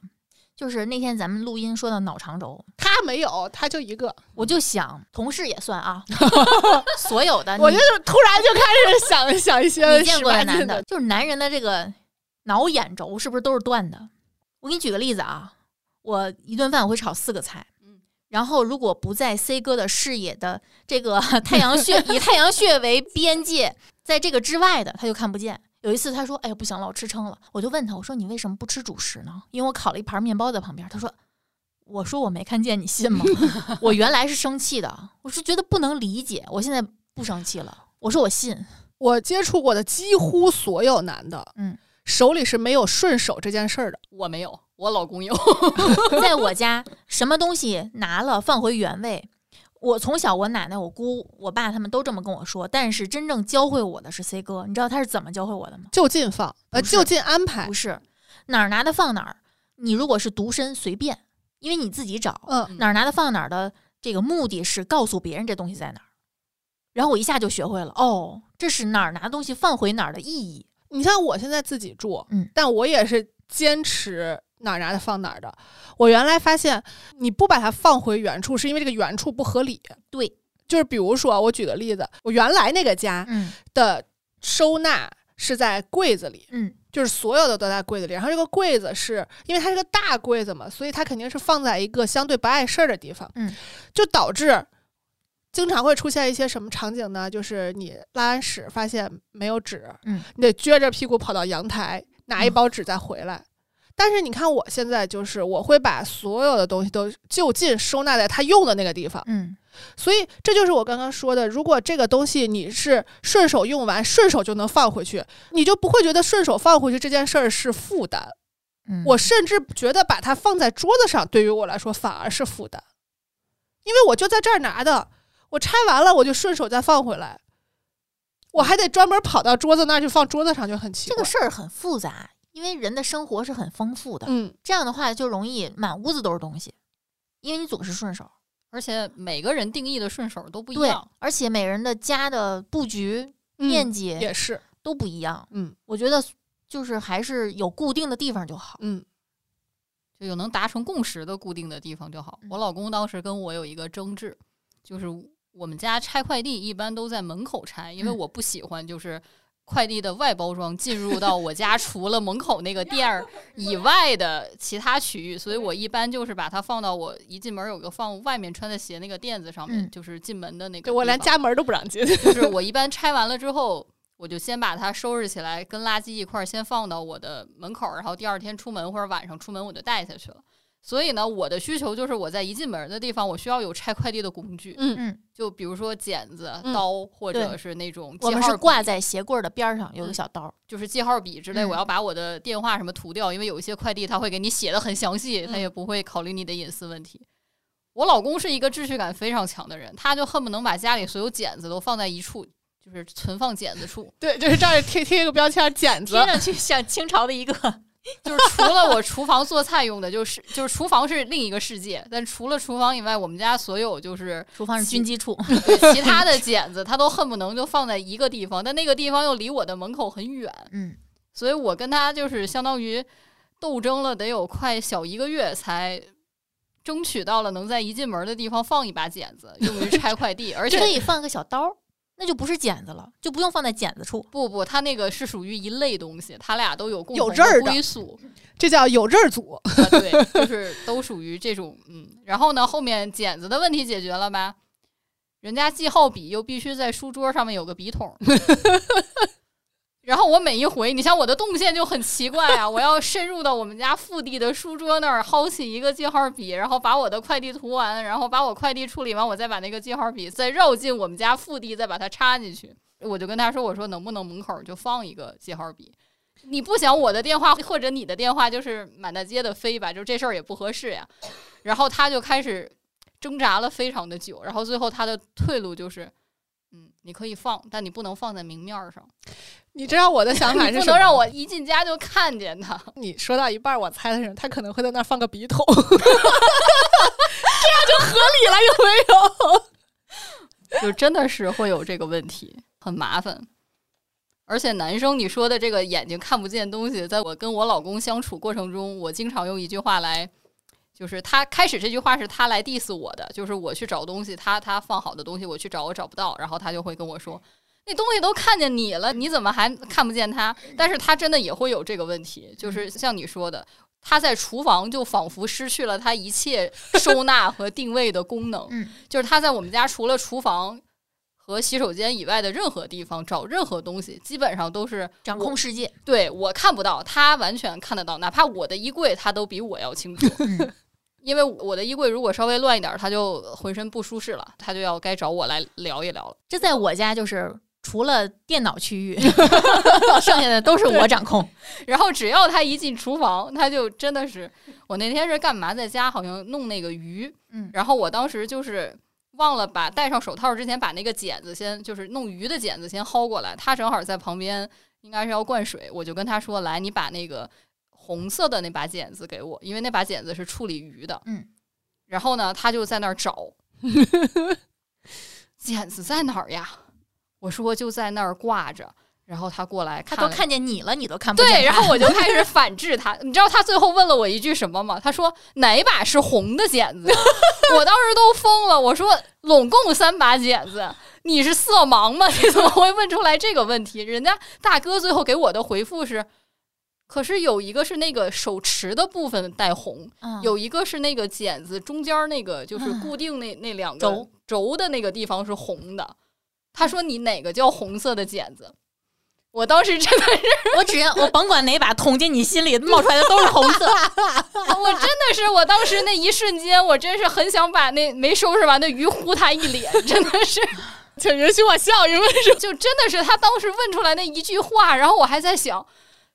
B: 就是那天咱们录音说到脑肠轴，
C: 他没有，他就一个，
B: 我就想，同事也算 啊，所有的，
C: 我就
B: 你
C: 是突然就开 始想想一些
B: 你见过
C: 十
B: 的
C: 八
B: 男
C: 禁
B: 的，
C: 的，
B: 就是男人的这个脑眼轴是不是都是断的？我给你举个例子啊，我一顿饭我会炒四个菜
D: 嗯，
B: 然后如果不在 C 哥的视野的这个 太阳穴，以太阳穴为边界，在这个之外的他就看不见。有一次他说：“哎呀，不行了，我吃撑了。”我就问他：“我说你为什么不吃主食呢？因为我烤了一盘面包在旁边。”他说：“我说我没看见，你信吗？ 我原来是生气的，我是觉得不能理解，我现在不生气了。我说我信，
C: 我接触过的几乎所有男的，
B: 嗯，
C: 手里是没有顺手这件事儿的。
D: 我没有，我老公有。
B: 在我家，什么东西拿了放回原位。我从小，我奶奶、我姑、我爸他们都这么跟我说，但是真正教会我的是 C 哥，你知道他是怎么教会我的吗？
C: 就近放，呃，
B: 不是
C: 就近安排
B: 不，是，哪儿拿的放哪儿。你如果是独身，随便，因为你自己找，
C: 嗯，
B: 哪儿拿的放哪儿的这个目的是告诉别人这东西在哪儿。然后我一下就学会了，哦，这是哪儿拿东西放回哪儿的意义。
C: 你像我现在自己住，
B: 嗯
C: 但我也是坚持哪儿拿的放哪儿的。我原来发现，你不把它放回原处，是因为这个原处不合理。
B: 对，
C: 就是比如说，我举个例子，我原来那个家
B: 嗯
C: 的收纳是在柜子里，
B: 嗯
C: 就是所有的都在柜子里。然后这个柜子是因为它是个大柜子嘛，所以它肯定是放在一个相对不碍事儿的地方，
B: 嗯，
C: 就导致经常会出现一些什么场景呢？就是你拉完屎发现没有纸，
B: 嗯，
C: 你得撅着屁股跑到阳台拿一包纸再回来。但是你看，我现在就是我会把所有的东西都就近收纳在它用的那个地方，
B: 嗯，
C: 所以这就是我刚刚说的，如果这个东西你是顺手用完，顺手就能放回去，你就不会觉得顺手放回去这件事儿是负担。
B: 嗯
C: 我甚至觉得把它放在桌子上，对于我来说反而是负担，因为我就在这儿拿的，我拆完了我就顺手再放回来，我还得专门跑到桌子那儿去放桌子上，就很奇
B: 这
C: 怪。
B: 个事儿很复杂，因为人的生活是很丰富的。
C: 嗯，
B: 这样的话就容易满屋子都是东西，因为你总是顺手。
D: 而且每个人定义的顺手都不一
B: 对
D: 样。，
B: 而且每人的家的布局、面
C: 嗯，
B: 积
C: 也是，
B: 都不一样。
C: 嗯
B: 我觉得就是还是有固定的地方就好。
C: 嗯，
D: 就有能达成共识的固定的地方就好。我老公当时跟我有一个争执，就是我们家拆快递一般都在门口拆，因为
B: 嗯
D: 我不喜欢就是快递的外包装进入到我家 除了门口那个店儿以外的其他区域，所以我一般就是把它放到我一进门有个放外面穿的鞋那个垫子上面，
B: 嗯
D: 就是进门的那个
C: 对
D: 地方。
C: 我连家门都不让进。
D: 就是我一般拆完了之后，我就先把它收拾起来，跟垃圾一块儿先放到我的门口儿，然后第二天出门或者晚上出门我就带下去了。所以呢，我的需求就是我在一进门的地方，我需要有拆快递的工具，
C: 嗯，
B: 嗯，
D: 就比如说剪子、
C: 嗯
D: 刀或者
B: 对
D: 是那种
B: 我
D: 记
B: 们
D: 号嗯
B: 是
D: 笔
B: 挂在鞋柜儿的边儿上有个小刀儿，
D: 就是记号笔之类，
B: 嗯
D: 我要把我的电话什么涂掉，因为有一些快递他会给你写的很详细，他
C: 嗯
D: 也不会考虑你的隐私问题。我老公是一个秩序感非常强的人，他就恨不能把家里所有剪子都放在一处，就是存放剪子处。
C: 对，就是这儿贴贴一个标签儿，剪子
B: 听。上去像清朝的一个
D: 就是除了我厨房做菜用的，就是就是厨房是另一个世界，但除了厨房以外，我们家所 有就是
B: 厨房是军机 处，
D: 对其他的剪子，他都恨不能就放在一个地方，但那个地方又离我的门口很远，
B: 嗯，
D: 所以我跟他就是相当于斗争了得有快小一个月，才争取到了能在一进门的地方放一把剪子，用于拆快 递。而
B: 可
D: 且
B: 以放个小刀儿，那就不是剪子了，就不用放在剪子处。
D: 不不，他那个是属于一类东西，他俩都有共
C: 有
D: 同
C: 这儿
D: 的
C: 的
D: 归宿，
C: 这叫有证儿组。
D: 啊 对，就是都属于这种嗯。然后呢，后面剪子的问题解决了吧？人家记号笔又必须在书桌上面有个笔筒。 然后我每一回，你像我的动线就很奇怪啊！我要深入到我们家腹地的书桌那儿薅起一个记号笔，然后把我的快递涂完，然后把我快递处理完，我再把那个记号笔再绕进我们家腹地，再把它插进去。我就跟他说：“我说能不能门口就放一个记号笔？你不想我的电话或者你的电话就是满大街的飞吧？就这事儿也不合适呀。”然后他就开始挣扎了非常的久，然后最后他的退路就是，嗯，你可以放，但你不能放在明面儿上，
C: 你知道我的想法是
D: 你不
C: 什么
D: 能让
C: 吗
D: 我一进家就看见他。
C: 你说到一半儿，我猜的是他可能会在那儿放个笔 筒，这样就合理了，有 没有？
D: 就真的是会有这个问题，很麻烦。而且男生你说的这个眼睛看不见东西，在我跟我老公相处过程中，我经常用一句话来，就是他开始这句话是他来 diss 我的，就是我去找东西，他他放好的东西我去找我找不到，然后他就会跟我说。那东西都看见你了，你怎么还看不见他？但是他真的也会有这个问题，就是像你说的，他在厨房就仿佛失去了他一切收纳和定位的功能。
B: 嗯，
D: 就是他在我们家除了厨房和洗手间以外的任何地方找任何东西，基本上都是
B: 掌
D: 我
B: 控世界，
D: 对我看不到，他完全看得到，哪怕我的衣柜他都比我要清楚。
B: 嗯
D: 因为我的衣柜如果稍微乱一点，他就浑身不舒适了，他就要该找我来聊一聊了。
B: 这在我家就是除了电脑区 域， 剩下的都是我掌控。
D: 然后只要他一进厨房，他就真的是，我那天是干嘛在家好像弄那个鱼，
B: 嗯
D: 然后我当时就是忘了把戴上手套之前把那个剪子先就是弄鱼的剪子先薅过来，他正好在旁边应该是要灌水，我就跟他说来，你把那个红色的那把剪子给我，因为那把剪子是处理鱼的，
B: 嗯，
D: 然后呢他就在那儿找，剪子在哪儿呀？我说就在那儿挂着。然后他过来
B: 他
D: 看了
B: 都看见你了，你都看不见他。
D: 对，然 后我就开始反制他。你知道他最后问了我一句什么吗？他说哪一把是红的剪子？ 我当时都疯了。我说拢共三把剪子，你是色盲吗？ 你怎么会问出来这个问题？人家大哥最后给我的回复是。可是有一个是那个手持的部分带红，
B: 嗯
D: 有一个是那个剪子中间那个就是固定那、那两个
B: 轴嗯
D: 轴的那个地方是红的。他说你哪个叫红色的剪子？我当时真的
B: 我只要我甭管哪把捅进你心里冒出来的都是红色。
D: 我真的是，我当时那一瞬间，我真是很想把那没收拾完的鱼呼他一脸，真的是，
C: 请允许我笑一问，
D: 就真的是他当时问出来那一句话，然后我还在想，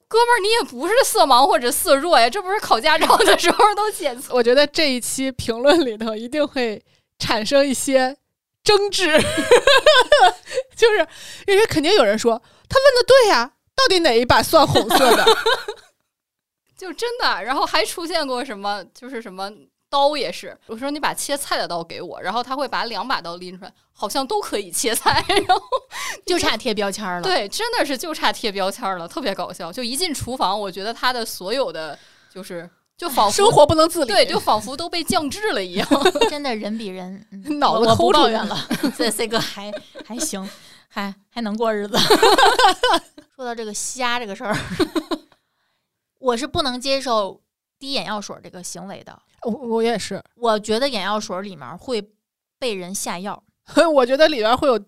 D: 哥们儿，你也不是色盲或者色弱呀，这不是考驾照的时候都检测。
C: 我觉得这一期评论里头一定会产生一些争执， 就是因为肯定有人说他问的对呀、到底哪一把算红色 的？
D: 就真的，然后还出现过什么，就是什么刀也是，我说你把切菜的刀给我，然后他会把两把刀拎出来，好像都可以切菜， 然后
B: 就差贴标签儿了。
D: 对，真的是就差贴标签儿了，特别搞笑。就一进厨房，我觉得他的所有的就是就仿佛
C: 生活不能自理，
D: 对，就仿佛都被降智了一样。
B: 真的人比人，嗯
C: 脑子
B: 我我
C: 抠
B: 不
C: 出
B: 抱
C: 来
B: 怨了。这 C 哥还还行，还还能过日子。 说到这个瞎这个事儿， 我是不能接受滴眼药水这个行为的。
C: 我我也是，
B: 我觉得眼药水里面会被人下药
C: 我觉得里边会有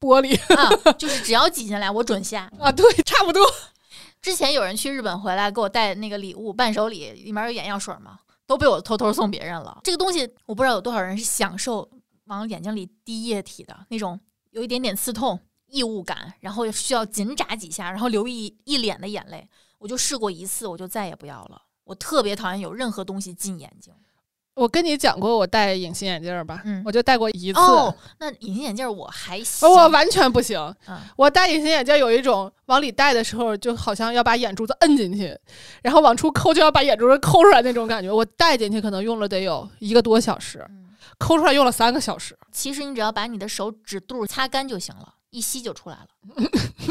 C: 玻璃
B: 啊，就是只要挤进来我准下。
C: 啊，对，差不多。
B: 之前有人去日本回来给我带那个礼物伴手礼，里面有眼药水嘛，都被我偷偷送别人了。这个东西我不知道有多少人是享受往眼睛里滴液体的那种，有一点点刺痛、异物感，然后需要紧眨几下，然后流一一脸的眼泪。我就试过一次，我就再也不要了。我特别讨厌有任何东西进眼睛。
C: 我跟你讲过我戴隐形眼镜儿吧，
B: 嗯
C: 我就戴过一次，
B: 哦，那隐形眼镜我还行，
C: 哦我完全不行。
B: 嗯
C: 我戴隐形眼镜有一种往里戴的时候，就好像要把眼珠子摁进去，然后往出抠，就要把眼珠子抠出来那种感觉。我戴进去可能用了得有一个多小时，
B: 嗯
C: 抠出来用了三个小时。
B: 其实你只要把你的手指肚擦干就行了，一吸就出来了。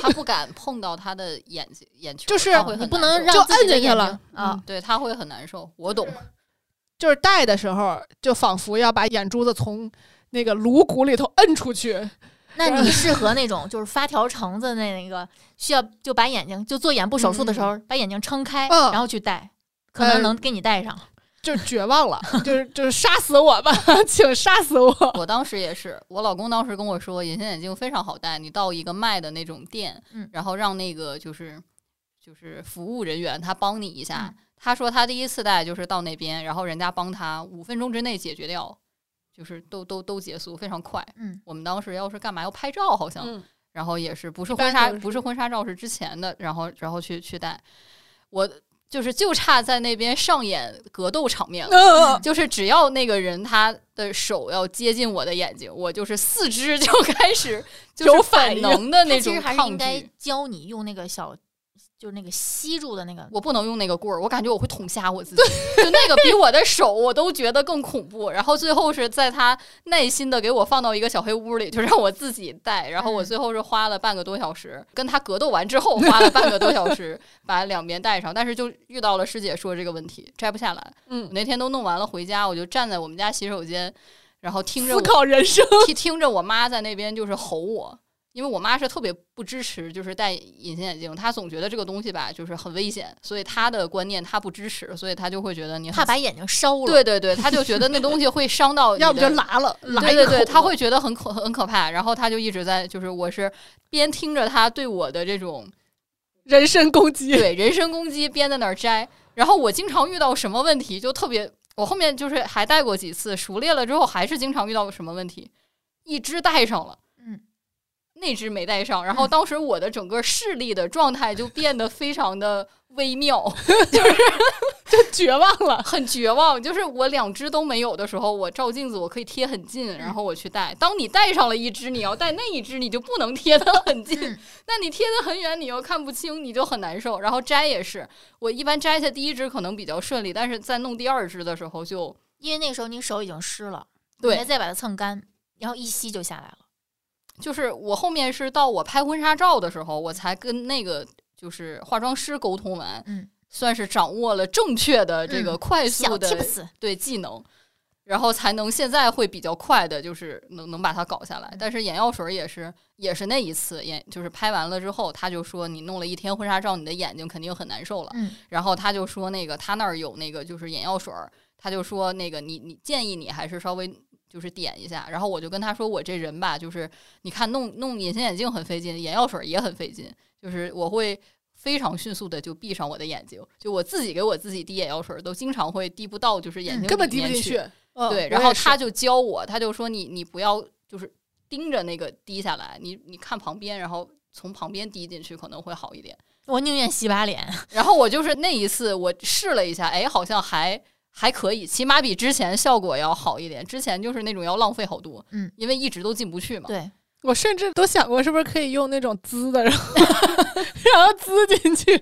D: 他不敢碰到他的眼睛眼球，
C: 就是
D: 他会很
B: 哦你不
D: 难
B: 能
D: 受
B: 让
C: 就
B: 自己的
C: 摁进去
B: 眼
C: 了
B: 睛啊
C: 嗯！
D: 对他会很难受。我懂，
C: 就是戴的时候，就仿佛要把眼珠子从那个颅骨里头摁出去。
B: 那你适合那种就是发条橙子那那个需要就把眼睛就做眼部手术的时候、把眼睛撑开，
C: 嗯
B: 然后去戴，可
C: 呃
D: 嗯
B: 能能给你戴上。
C: 就是绝望了， 就是就是杀死我吧， 请杀死我。
D: 我当时也是，我老公当时跟我说，隐形眼镜非常好戴，你到一个卖的那种店，
B: 嗯
D: 然后让那个就是就是服务人员他帮你一下。
C: 嗯
D: 他说他第一次戴就是到那边，然后人家帮他五分钟之内解决掉，就是都都都结束，非常快。
B: 嗯，
D: 我们当时要是干嘛要拍照，好像、
C: 嗯，
D: 然后也是不是
C: 一般
D: 婚纱
C: 都是
D: 不是婚纱照是之前的，然后然后去去戴，我就是就差在那边上演格斗场面了。
C: 呃
D: 就是只要那个人他的手要接近我的眼睛，我就是四肢就开始就是
C: 有反
D: 反
C: 应
D: 能的那
B: 其实
D: 种
B: 还是
D: 抗
B: 应该
D: 拒。
B: 教你用那个小，就是那个吸住的那个。
D: 我不能用那个棍儿，我感觉我会捅瞎我自己。就那个比我的手，我都觉得更恐怖。然后最后是在他耐心的给我放到一个小黑屋里，就让我自己戴。然后我
B: 嗯
D: 最后是花了半个多小时跟他格斗完之后，花了半个多 小时把两边戴上。但是就遇到了师姐说这个问题，摘不下来。我
C: 嗯，
D: 那天都弄完了回家，我就站在我们家洗手间，然后听着
C: 思
D: 我
C: 考人生。
D: 听 听着我妈在那边就是吼我，因为我妈是特别不支持就是戴隐形眼镜，她总觉得这个东西吧就是很危险，所以她的观念她不支持，所以她就会觉得你很
B: 怕把眼睛烧了，
D: 对对对，她就觉得那东西会 伤到你的，
C: 要不就拉了，拉
D: 对
C: 一
D: 对
C: 口
D: 对，
C: 子
D: 她会觉得很可很可怕，然后她就一直在就是我是边听着她对我的这 种
C: 人身攻击。
D: 对人身攻击，边在那儿摘。然后我经常遇到什么问题，就特别，我后面就是还戴过几次，熟练了之后还是经常遇到什么问题，一只戴上了，
B: 嗯，
D: 那只没戴上。然后当时我的整个视力的状态就变得非常的微妙，
C: 绝望了。
D: 很绝望。就是我两只都没有的时候，我照镜子我可以贴很近，然后我去戴。当你戴上了一只，你要戴那一只，你就不能贴得很近。
B: 嗯
D: 那你贴得很远，你又看不清，你就很难受。然后摘也是，我一般摘下第一只可能比较顺利，但是在弄第二只的时候就
B: 因为那个时候你手已经湿了，
D: 对
B: 你还再把它蹭干，然后一吸就下来了。
D: 就是我后面是到我拍婚纱照的时候，我才跟那个就是化妆师沟通完，
B: 嗯，
D: 算是掌握了正确的这个
B: 嗯
D: 快
B: 小
D: 速的、
B: tips，
D: 对技能，然后才能现在会比较快的，就是能能把它搞下来。
B: 嗯
D: 但是眼药水也是也是那一次眼，就是拍完了之后，他就说你弄了一天婚纱照，你的眼睛肯定很难受了。
B: 嗯
D: 然后他就说那个他那儿有那个就是眼药水儿，他就说那个你你建议你还是稍微就是点一下。然后我就跟他说我这人吧，就是你看弄弄隐形眼镜很费劲，眼药水儿也很费劲，就是我会。非常迅速的就闭上我的眼睛，就我自己给我自己滴眼药水儿，都经常会滴不到，就是眼睛、
C: 根本滴不进去。。嗯
D: 对，然后他就教我，他就说你你不要就是盯着那个滴下来，你你看旁边，然后从旁边滴进去可能会好一点。
B: 我宁愿洗把脸。
D: 然后我就是那一次我试了一下，哎，好像还还可以，起码比之前效果要好一点。之前就是那种要浪费好多，
B: 嗯，
D: 因为一直都进不去嘛。
B: 对，
C: 我甚至都想过是不是可以用那种滋的，然后然后滋进去。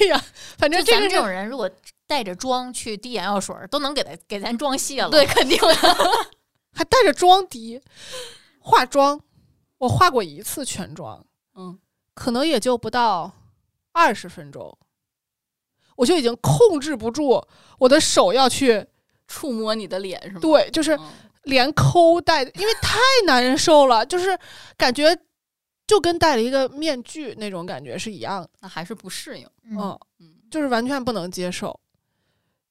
C: 哎呀，反正
B: 就咱
C: 这
B: 们这
C: 个是
B: 种人，如果带着妆去滴眼药水儿，都能给他给咱妆卸了。
D: 对，，肯定的。
C: 还带着妆滴，化妆，我化过一次全妆，
D: 嗯，
C: 可能也就不到二十分钟，我就已经控制不住我的手要去
D: 触摸你的脸是吗？
C: 对，就是
D: 嗯
C: 连抠带，因为太难受了，就是感觉就跟戴了一个面具那种感觉是一样的，
D: 那还是不适应。
B: 嗯，
D: 嗯，
C: 就是完全不能接受。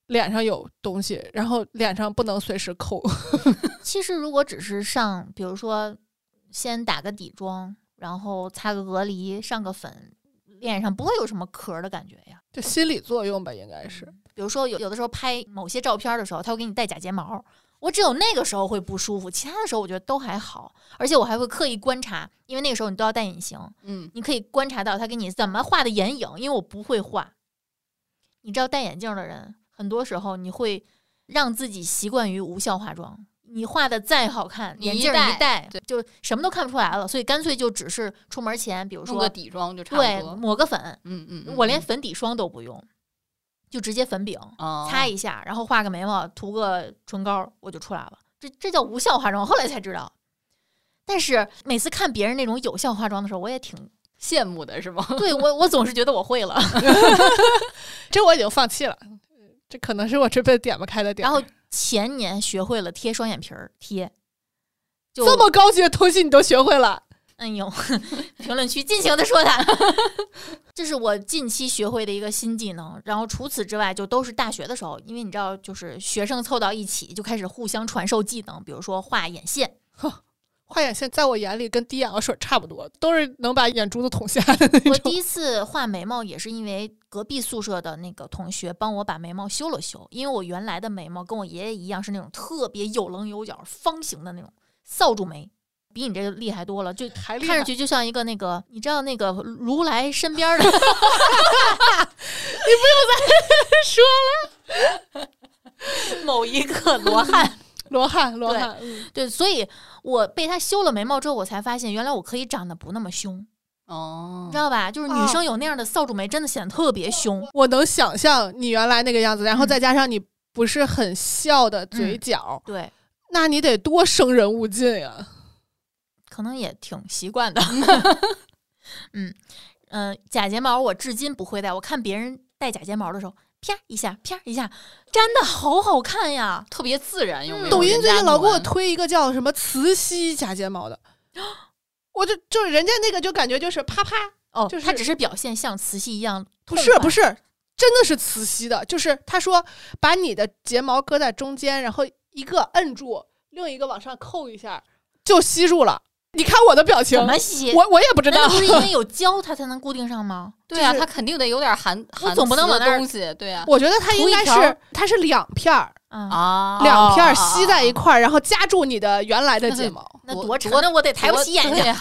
C: 脸上有东西，然后脸上不能随时抠，
B: 其实如果只是上，比如说先打个底妆，然后擦个隔离，上个粉，脸上不会有什么壳儿的感觉呀。
C: 就心理作用吧，应该是。
B: 比如说有有的时候拍某些照片儿的时候，他会给你戴假睫毛，我只有那个时候会不舒服，其他的时候我觉得都还好。而且我还会刻意观察，因为那个时候你都要戴隐形，
D: 嗯，
B: 你可以观察到他给你怎么画的眼影，因为我不会画。你知道戴眼镜的人，很多时候你会让自己习惯于无效化妆。你画的再好看，
D: 你
B: 眼
D: 一
B: 镜
D: 戴
B: 一戴
D: 对
B: 就什么都看不出来了，所以干脆就只是出门前，比如
D: 弄个
B: 说
D: 底妆就差
B: 对
D: 不多。
B: 抹个粉，
D: 嗯嗯，嗯
B: 我连粉底霜都不用，就直接粉饼
D: 哦
B: 擦一下，然后画个眉毛，涂个唇膏，我就出来了。这这叫无效化妆，我后来才知道。但是每次看别人那种有效化妆的时候，我也挺
D: 羡慕的是吗？
B: 对我，我总是觉得我会了，
C: 这我已经放弃了，这可能是我这辈子点不开的点。
B: 然后前年学会了贴双眼皮儿贴，就
C: 这么高级的东西你都学会了，
B: 哎呦，评论区尽情的说他， 这是我近期学会的一个新技能。然后除此之外，就都是大学的时候，因为你知道，就是学生凑到一起就开始互相传授技能，比如说画眼线，
C: 画眼线在我眼里跟滴眼药水差不多，都是能把眼珠子捅瞎的那
B: 我
C: 种
B: 第。一次画眉毛也是因为隔壁宿舍的那个同学帮我把眉毛修了修，因为我原来的眉毛跟我爷爷一样是那种特别有棱有角、方形的那种扫帚眉，比你这个厉害多了，就
C: 还厉
B: 看
C: 害
B: 上，去就像一个那个，你知道那个如来身边 儿的， 某一个罗 汉，
C: 罗汉，罗
B: 对
C: 汉，嗯
B: 对，所以我被他修了眉毛之后，我才发现原来我可以长得不那么凶，
D: 哦
C: 嗯
B: 你知，道吧？就是女
C: 哦
B: 生有那样的扫帚眉，真的显得特别凶。
C: 我能想象你原来那个样子，然后
B: 嗯
C: 再加上你不是很笑的嘴角，
B: 对，
C: 那你得多生人勿近呀。
B: 可能也挺习惯 的。嗯嗯、假睫毛我至今不会戴，我看别人戴假睫毛的时候，啪一下，啪一下，粘的好好看呀。
D: 特别自然，有没
C: 嗯
D: 有？
C: 抖音
D: 人
C: 最
D: 家
C: 近老给我
D: 暖
C: 推一个叫什么磁吸假睫 毛的，我就就是人家那个就感觉就是啪啪，
B: 哦，
C: 就是
B: 它只是表现像磁吸一样
C: 不
B: 痛
C: 是
B: 快
C: 不是，真的是磁吸的，就是他说把你的睫毛搁在中间，然后一个摁住，另一个往上扣一下，就吸住了。你看我的表情
B: 怎，么吸？
C: 我我也不知
B: 难
C: 道
B: 道。不是因为有胶它才能固定上吗？
D: 对啊，
C: 就是
D: 它肯定得有点含
B: 我
D: 含
B: 总不能
D: 磁
B: 往
D: 的
B: 那儿
D: 东西，对啊，
C: 我觉得它
B: 涂
C: 应
B: 一
C: 该
B: 条
C: 是它是两片儿，
B: 啊
D: 啊
C: 两片儿吸在
D: 哦
C: 一块儿，然后夹住你的原来的
D: 那
C: 睫
D: 得
C: 毛，
B: 哦那
D: 多
B: 多沉
D: 多
B: 啊！我得抬不起眼睛，
D: 睛。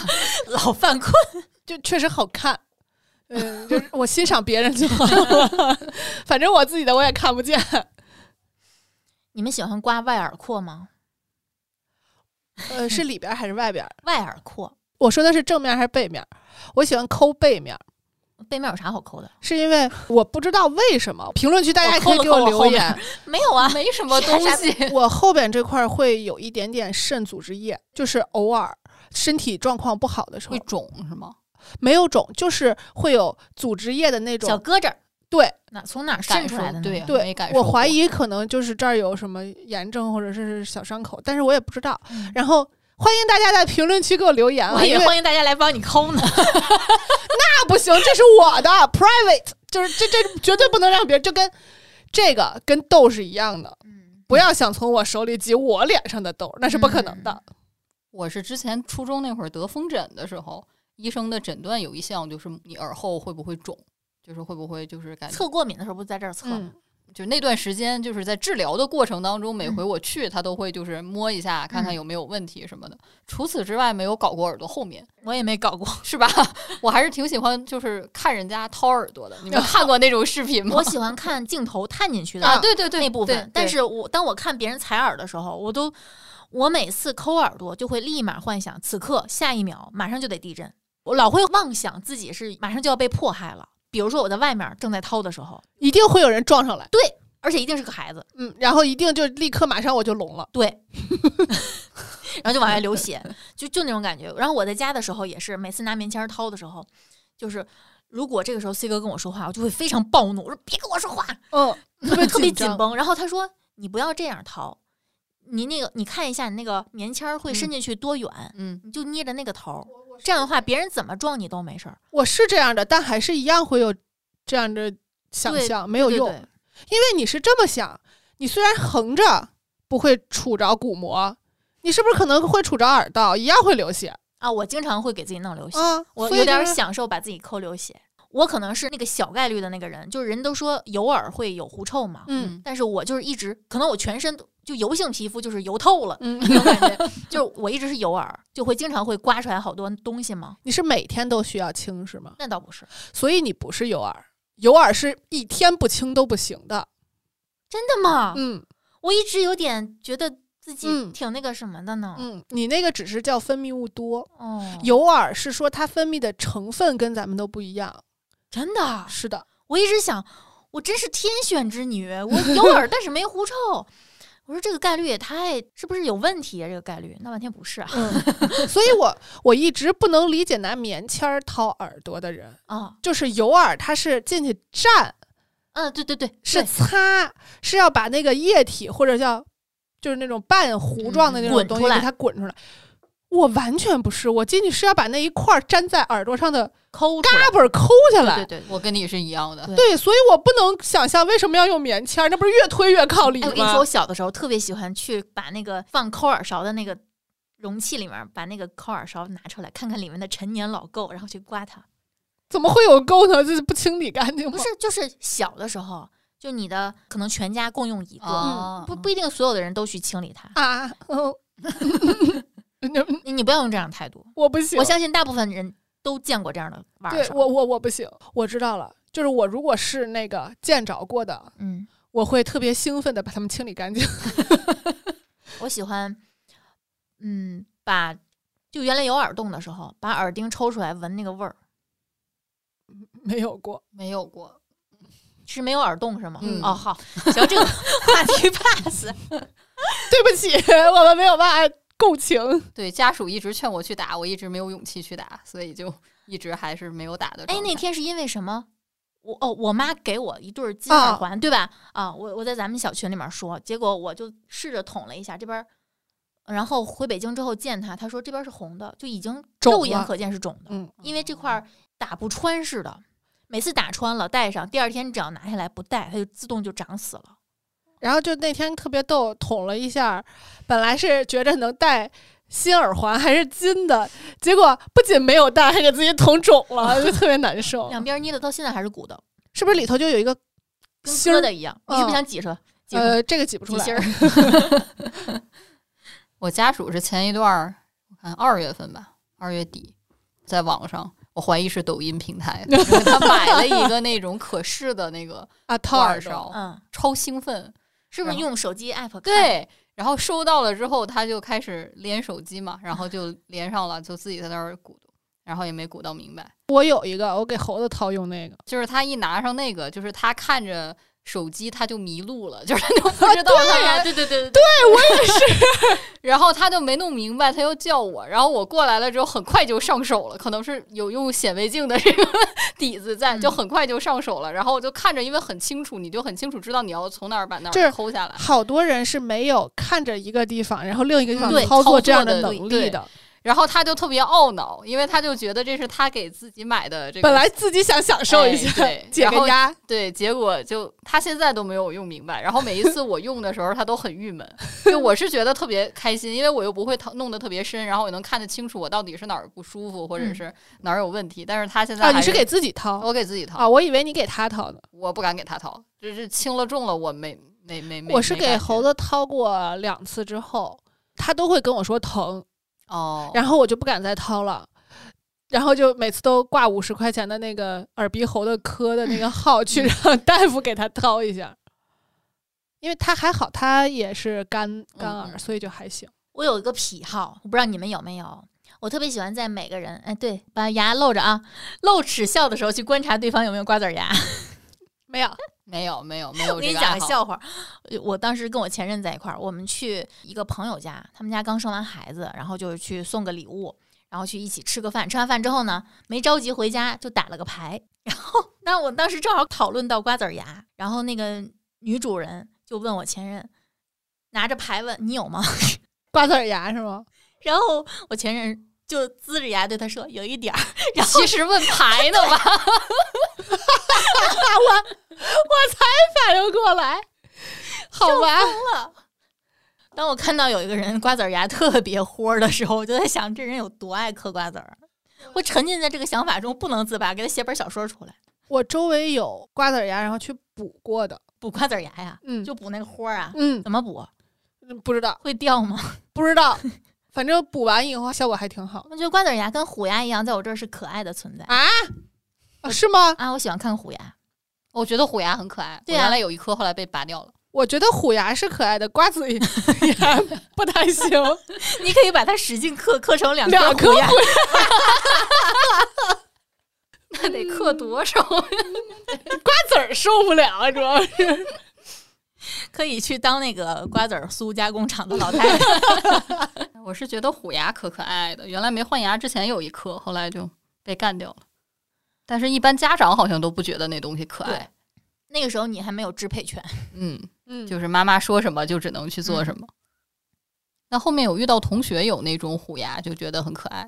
B: 老犯困。
C: 就确实好看。 嗯，就是我欣赏别人就好了， 反正我自己的我也看不见。
B: 你们喜欢刮外耳廓吗？
C: 呃，是里边儿还是外边儿？
B: 外耳廓
C: 我说的是正面还是背面儿？我喜欢抠背面儿。
B: 背面有啥好抠的？
C: 是因为我不知道为什么，评论区大家也可以给
B: 我抠了
C: 留言。
B: 没有啊，
D: 没什 么东西，
C: 我后边这块儿会有一点点肾组织液，就是偶尔身体状况不好的时候
D: 会，肿是吗？
C: 没有肿，就是会有组织液的那
B: 小
C: 种。
B: 胳肢儿
C: 对
B: 哪从哪儿渗
D: 感
B: 出
D: 受
B: 来的呢？
D: 对啊，
C: 对
D: 没感受
C: 我
D: 过。
C: 怀疑可能就是这儿有什么炎症或者是小伤口，但是我也不知道。
B: 嗯
C: 然后欢迎大家在评论区给我留言
B: 我
C: 啊，
B: 还以
C: 因
B: 为
C: 为
B: 欢迎大家来帮你抠呢。
C: 那不行，这是我的 private，就是这这绝对不能让别人就跟这个跟痘是一样的。
B: 嗯嗯
C: 不要想从我手里挤我脸上的痘， 那是不可能的。
D: 我是之前初中那会儿得风疹的时候，医生的诊断有一项就是你耳后会不会肿，就是会不会就是感觉嗯
B: 测，过敏的时候不是在这儿测吗？
D: 就是那段时间就是在治疗的过程当中，每
B: 嗯
D: 回我去他都会就是摸一下，看看
B: 嗯
D: 有没有问题什么的。除此之外没有搞过耳朵后面，
B: 我也没搞过。
D: 是吧？ 我还是挺喜欢就是看人家掏耳朵的。你们看过那种视频 吗
B: 我？喜欢看镜头探进去的
D: 啊，对对对，
B: 那部
D: 对
B: 分
D: 对，
B: 但是我当我看别人采耳的时候，我都我每次抠耳朵就会立马幻想，此刻下一秒马上就得地震，我老会妄想自己是马上就要被迫害了。比如说我在外面正在掏的时候，
C: 一定会有人撞上来，
B: 而且一定是个孩子，
C: 嗯，然后一定就立刻马上我就聋了。
B: 对， 然后就往外流血，就就那种感觉。然后我在家的时候也是，每次拿棉签儿掏的时候，就是如果这个时候 C 哥跟我说话，我就会非常暴怒，我说别跟我说话，
C: 嗯，特别
B: 特别
C: 紧
B: 紧
C: 张
B: 绷。然后他说：“你不要这样掏，你那个你看一下你那个棉签儿会伸进去多远，
E: 嗯，
B: 你就捏着那个头儿。这样的话，别人怎么撞你都没事儿。
C: 我是这样的，但还是一样会有这样的想
B: 对
C: 象，没有
B: 对
C: 用，
B: 对
C: 因为你是这么想，你虽然横着不会杵着骨膜，你是不是可能会杵着耳道，一样会流血
B: 啊，我经常会给自己弄流血，
C: 啊？
B: 我
C: 所以
B: 有点
C: 就是
B: 享受把自己抠流血。我可能是那个小概率的那个人，就是人都说有耳会有狐臭嘛，
C: 嗯。
B: 但是我就是一直，可能我全身都就油性皮肤就是油透了
C: 嗯，
B: 那种感觉就是我一直是有耳，就会经常会刮出来好多东西嘛。
C: 你是每天都需要清是吗？
B: 那倒不是，
C: 所以你不是有耳，有耳是一天不清都不行的。
B: 真的吗？
C: 嗯
B: 我一直有点觉得自己
C: 嗯
B: 挺那个什么的呢。
C: 嗯，你那个只是叫分泌物多，
B: 哦，
C: 有耳是说它分泌的成分跟咱们都不一样。
B: 真的，
C: 是 的，
B: 我一直想，我真是天选之女，我有耳但是没狐臭。我说这个概率也太是不是有问题啊？这个概率闹半天不是啊
C: 嗯，所以我我一直不能理解拿棉签儿掏耳朵的人，
B: 啊
C: 就是有耳，它是进去蘸，
B: 嗯对对对
C: 是
B: 对
C: 擦，是要把那个液体或者叫就是那种半糊状的那种
B: 嗯滚
C: 东
B: 出
C: 西给
B: 来
C: 它滚出来。我完全不是，我进去是要把那一块儿粘在耳朵上的
B: 抠出
C: 嘎
B: 来
C: 嘣儿抠下来，
B: 对对对。
D: 我跟你是一样的
B: 对，
C: 对，所以我不能想象为什么要用棉签儿，那不是越推越靠里
B: 哎，
C: 吗？
B: 我跟你说，我小的时候特别喜欢去把那个放抠耳勺的那个容器里面，把那个抠耳勺拿出来，看看里面的陈年老垢，然后去刮它。
C: 怎么会有垢呢？这不清理干净吗？
B: 不是，就是小的时候，就你的可能全家共用一个，嗯
D: 啊，
B: 哦不不一定所有的人都去清理它。
C: 啊，
B: 哦
C: 嗯， 你
B: 你你不要用这样的态度，
C: 我不行，
B: 我相信大部分人都见过这样的玩儿
C: 对
B: 手。
C: 我我我不行，我知道了，就是我如果是那个见着过的，
B: 嗯，
C: 我会特别兴奋的把它们清理干净。
B: 我喜欢，嗯，把就原来有耳洞的时候，把耳钉抽出来闻那个味儿，
C: 没有过，
D: 没有过。
B: 是没有耳洞是吗？
D: 嗯
B: 哦，好，行，这个 话题 pass。
C: 对不起， 我们没有办法共情。
D: 对家属一直劝我去打，我一直没有勇气去打，所以就 一直还是没有打的状
B: 哎
D: 态。，
B: 那天是因为什么？我哦，我妈给我一对儿金
C: 哦
B: 耳环，对吧？啊，我我在咱们小群里面说，结果我就试着捅了一下这边儿，然后回北京之后见她，她说这边儿是红的，就已经
C: 肿
B: 肉眼
C: 了
B: 可见是肿的。
C: 嗯，
B: 因为这块儿打不穿似的，每次打穿了戴上，第二天只要拿下来不戴，它就自动就长死了。
C: 然后就那天特别逗，捅了一下，本来是觉着能戴。新耳环还是金的，结果不仅没有戴，还给自己捅肿了，就特别难受。
B: 两边捏的到现在还是鼓的，
C: 是不是里头就有一个
B: 跟
C: 芯
B: 疙
C: 儿
B: 瘩一样。你是不
C: 嗯
B: 是想挤出来？挤出来
C: 呃，这个挤不出
B: 挤
C: 来
B: 芯，儿？
D: 我家属是前一段儿，我看二月份吧，二月底，在网上，我怀疑是抖音平台，就是 他买了一个那种可视的那个
C: 啊，掏
D: 挂
C: 耳
D: 耳
C: 勺，
D: 勺，
B: 嗯，
D: 超兴奋，
B: 是不是
C: 嗯
D: 然后
B: 用手机 app 看？
D: 对。然后收到了之后，他就开始连手机嘛，然后就连上了，就自己在那儿鼓捣，然后也没鼓捣明白。
C: 我有一个，我给猴子掏用那个，
D: 就是他一拿上那个，就是他看着手机他就迷路了，就是他就不知道他，对对对对对，我也是。 然后他就没弄明白，他又叫我，然后我过来了之后，很快就上手了，可能是有用显微镜的这个 底子在，
B: 嗯
D: 就很快就上手了。然后我就看着，因为很清楚，你就很清楚知道你要从哪儿把那
C: 这
D: 儿抠下来。
C: 好多人是没有看着一个地方，然后另一个地方
D: 嗯对
C: 操
D: 操
C: 作这样
D: 作
C: 的
D: 的
C: 能
D: 对
C: 力的。
D: 然后他就特别懊恼，因为他就觉得这是他给自己买的这个，
C: 本来自己想享受一下，
D: 哎对
C: 解
D: 然
C: 个
D: 后
C: 压，
D: 对，结果就他现在都没有用明白。然后每一次我用的时候，他都很郁闷。就我是觉得特别开心，因为我又不会疼弄得特别深，然后我能看得清楚我到底是哪儿不舒服，或者
B: 嗯
D: 是哪儿有问题。但是他现在
C: 啊！
D: 还
C: 你是给自己掏
D: 我给自己掏，
C: 啊？我以为你给他掏呢。
D: 我不敢给他掏，就是轻了重了，我没没没没。
C: 我是
D: 没
C: 给
D: 感觉
C: 猴子掏过两次之后，他都会跟我说疼，
D: 哦，
C: 然后我就不敢再掏了。然后就每次都挂五十块钱的那个耳鼻喉的科的那个号去让 大夫给他掏一下，因为他还好，他也是干干
D: 嗯
C: 耳，
D: 嗯
C: 所以就还行。
B: 我有一个癖好，我不知道你们有没有。我特别喜欢在每个人，哎，对，把牙露着啊，露齿笑的时候去观察对方有没有瓜子儿牙。
C: 没有，
D: 没有没有没有。
B: 我给你讲个，笑话儿，呃我当时跟我前任在一块儿，我们去一个朋友家，他们家刚生完孩子，然后就是去送个礼物，然后去一起吃个饭。吃完饭之后呢，没着急回家，就打了个牌。然后，那我当时正好讨论到瓜子儿牙，然后那个女主人就问我前任：“拿着牌问你有吗？
C: 瓜子儿牙是吗？
B: 然后我前任就呲着牙对他说有一点儿，然后
D: 其实问牌呢吧，
C: 反应过来，好吧，
B: 当我看到有一个人瓜子儿牙特别豁儿的时候，我就在想这人有多爱嗑瓜子儿。我沉浸在这个想法中不能自拔，给他写本小说出来，
C: 我周围有瓜子儿牙，然后去补过的，
B: 补瓜子儿牙呀，
C: 嗯
B: 就补那个豁儿啊，
C: 嗯，
B: 怎么补？
C: 不知道，
B: 会掉吗？
C: 不知 道，反正补完以后效果还挺好
B: 我觉得瓜子儿牙跟虎牙一样，在我这儿是可爱的存在
C: 啊啊，是吗？
B: 啊！我喜欢看虎牙，
D: 我觉得虎牙很可爱。
B: 对
D: 我
B: 啊
D: 原来有一颗，后来被拔掉了。
C: 我觉得虎牙是可爱的，瓜子牙不太 行。
B: 你可以把它使劲嗑，嗑成两
C: 两颗
B: 虎牙。
D: 那得刻多少？
C: 瓜子儿受不了，啊主要是
B: 可以去当那个瓜子儿酥加工厂的老太 太。
D: 我是觉得虎牙可可爱的，原来没换牙之前有一颗，后来就被干掉了。但是，一般家长好像都不觉得那东西可爱。
B: 那个时候你还没有支配权，
D: 嗯，
C: 嗯
D: 就是妈妈说什么就只能去做什么。那后面有遇到同学有那种虎牙，就觉得很可爱。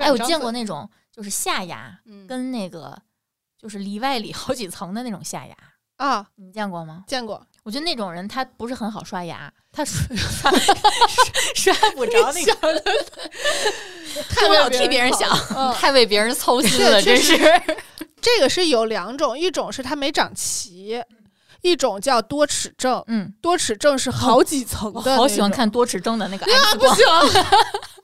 B: 哎，我见过那种就是下牙
D: 嗯
B: 跟那个就是里外里好几层的那种下牙，
C: 啊，
B: 你见过吗？
C: 见过
B: 我觉得那种人他不是很好刷牙，他刷 刷刷不着那个，
C: 太
B: 我老替别人想。
C: 嗯，
D: 太为别人操心
C: 是
D: 了，
C: 确
D: 真
C: 实
D: 是。
C: 这个是有两种，一种是它没长齐，一种叫多齿症。
B: 嗯，
C: 多齿症是好几层
B: 哦
C: 的
B: 我
C: 那种，
B: 好喜欢看多齿症的那个 X
C: 不
B: 光。
C: 行，
B: 啊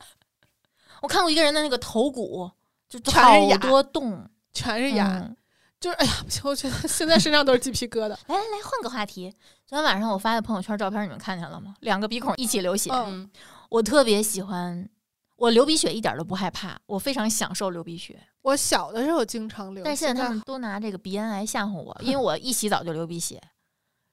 B: 我看过一个人的那个头骨，就就
C: 全是
B: 好
C: 牙
B: 多洞
C: 全是牙，
B: 嗯
C: 就是哎呀，不行，我觉得现在身上都是鸡皮疙
B: 来
C: 瘩。
B: 来来，换个话题。昨天晚上我发的朋友圈照片，你们看见了吗？两个鼻孔一起流血，
C: 嗯
D: 嗯，
B: 我特别喜欢。我流鼻血一点都不害怕，我非常享受流鼻血。
C: 我小的时候经常流，啊
B: 但是现在他
C: 在
B: 们都拿这个鼻咽癌吓唬我，因为我一洗澡就流鼻血，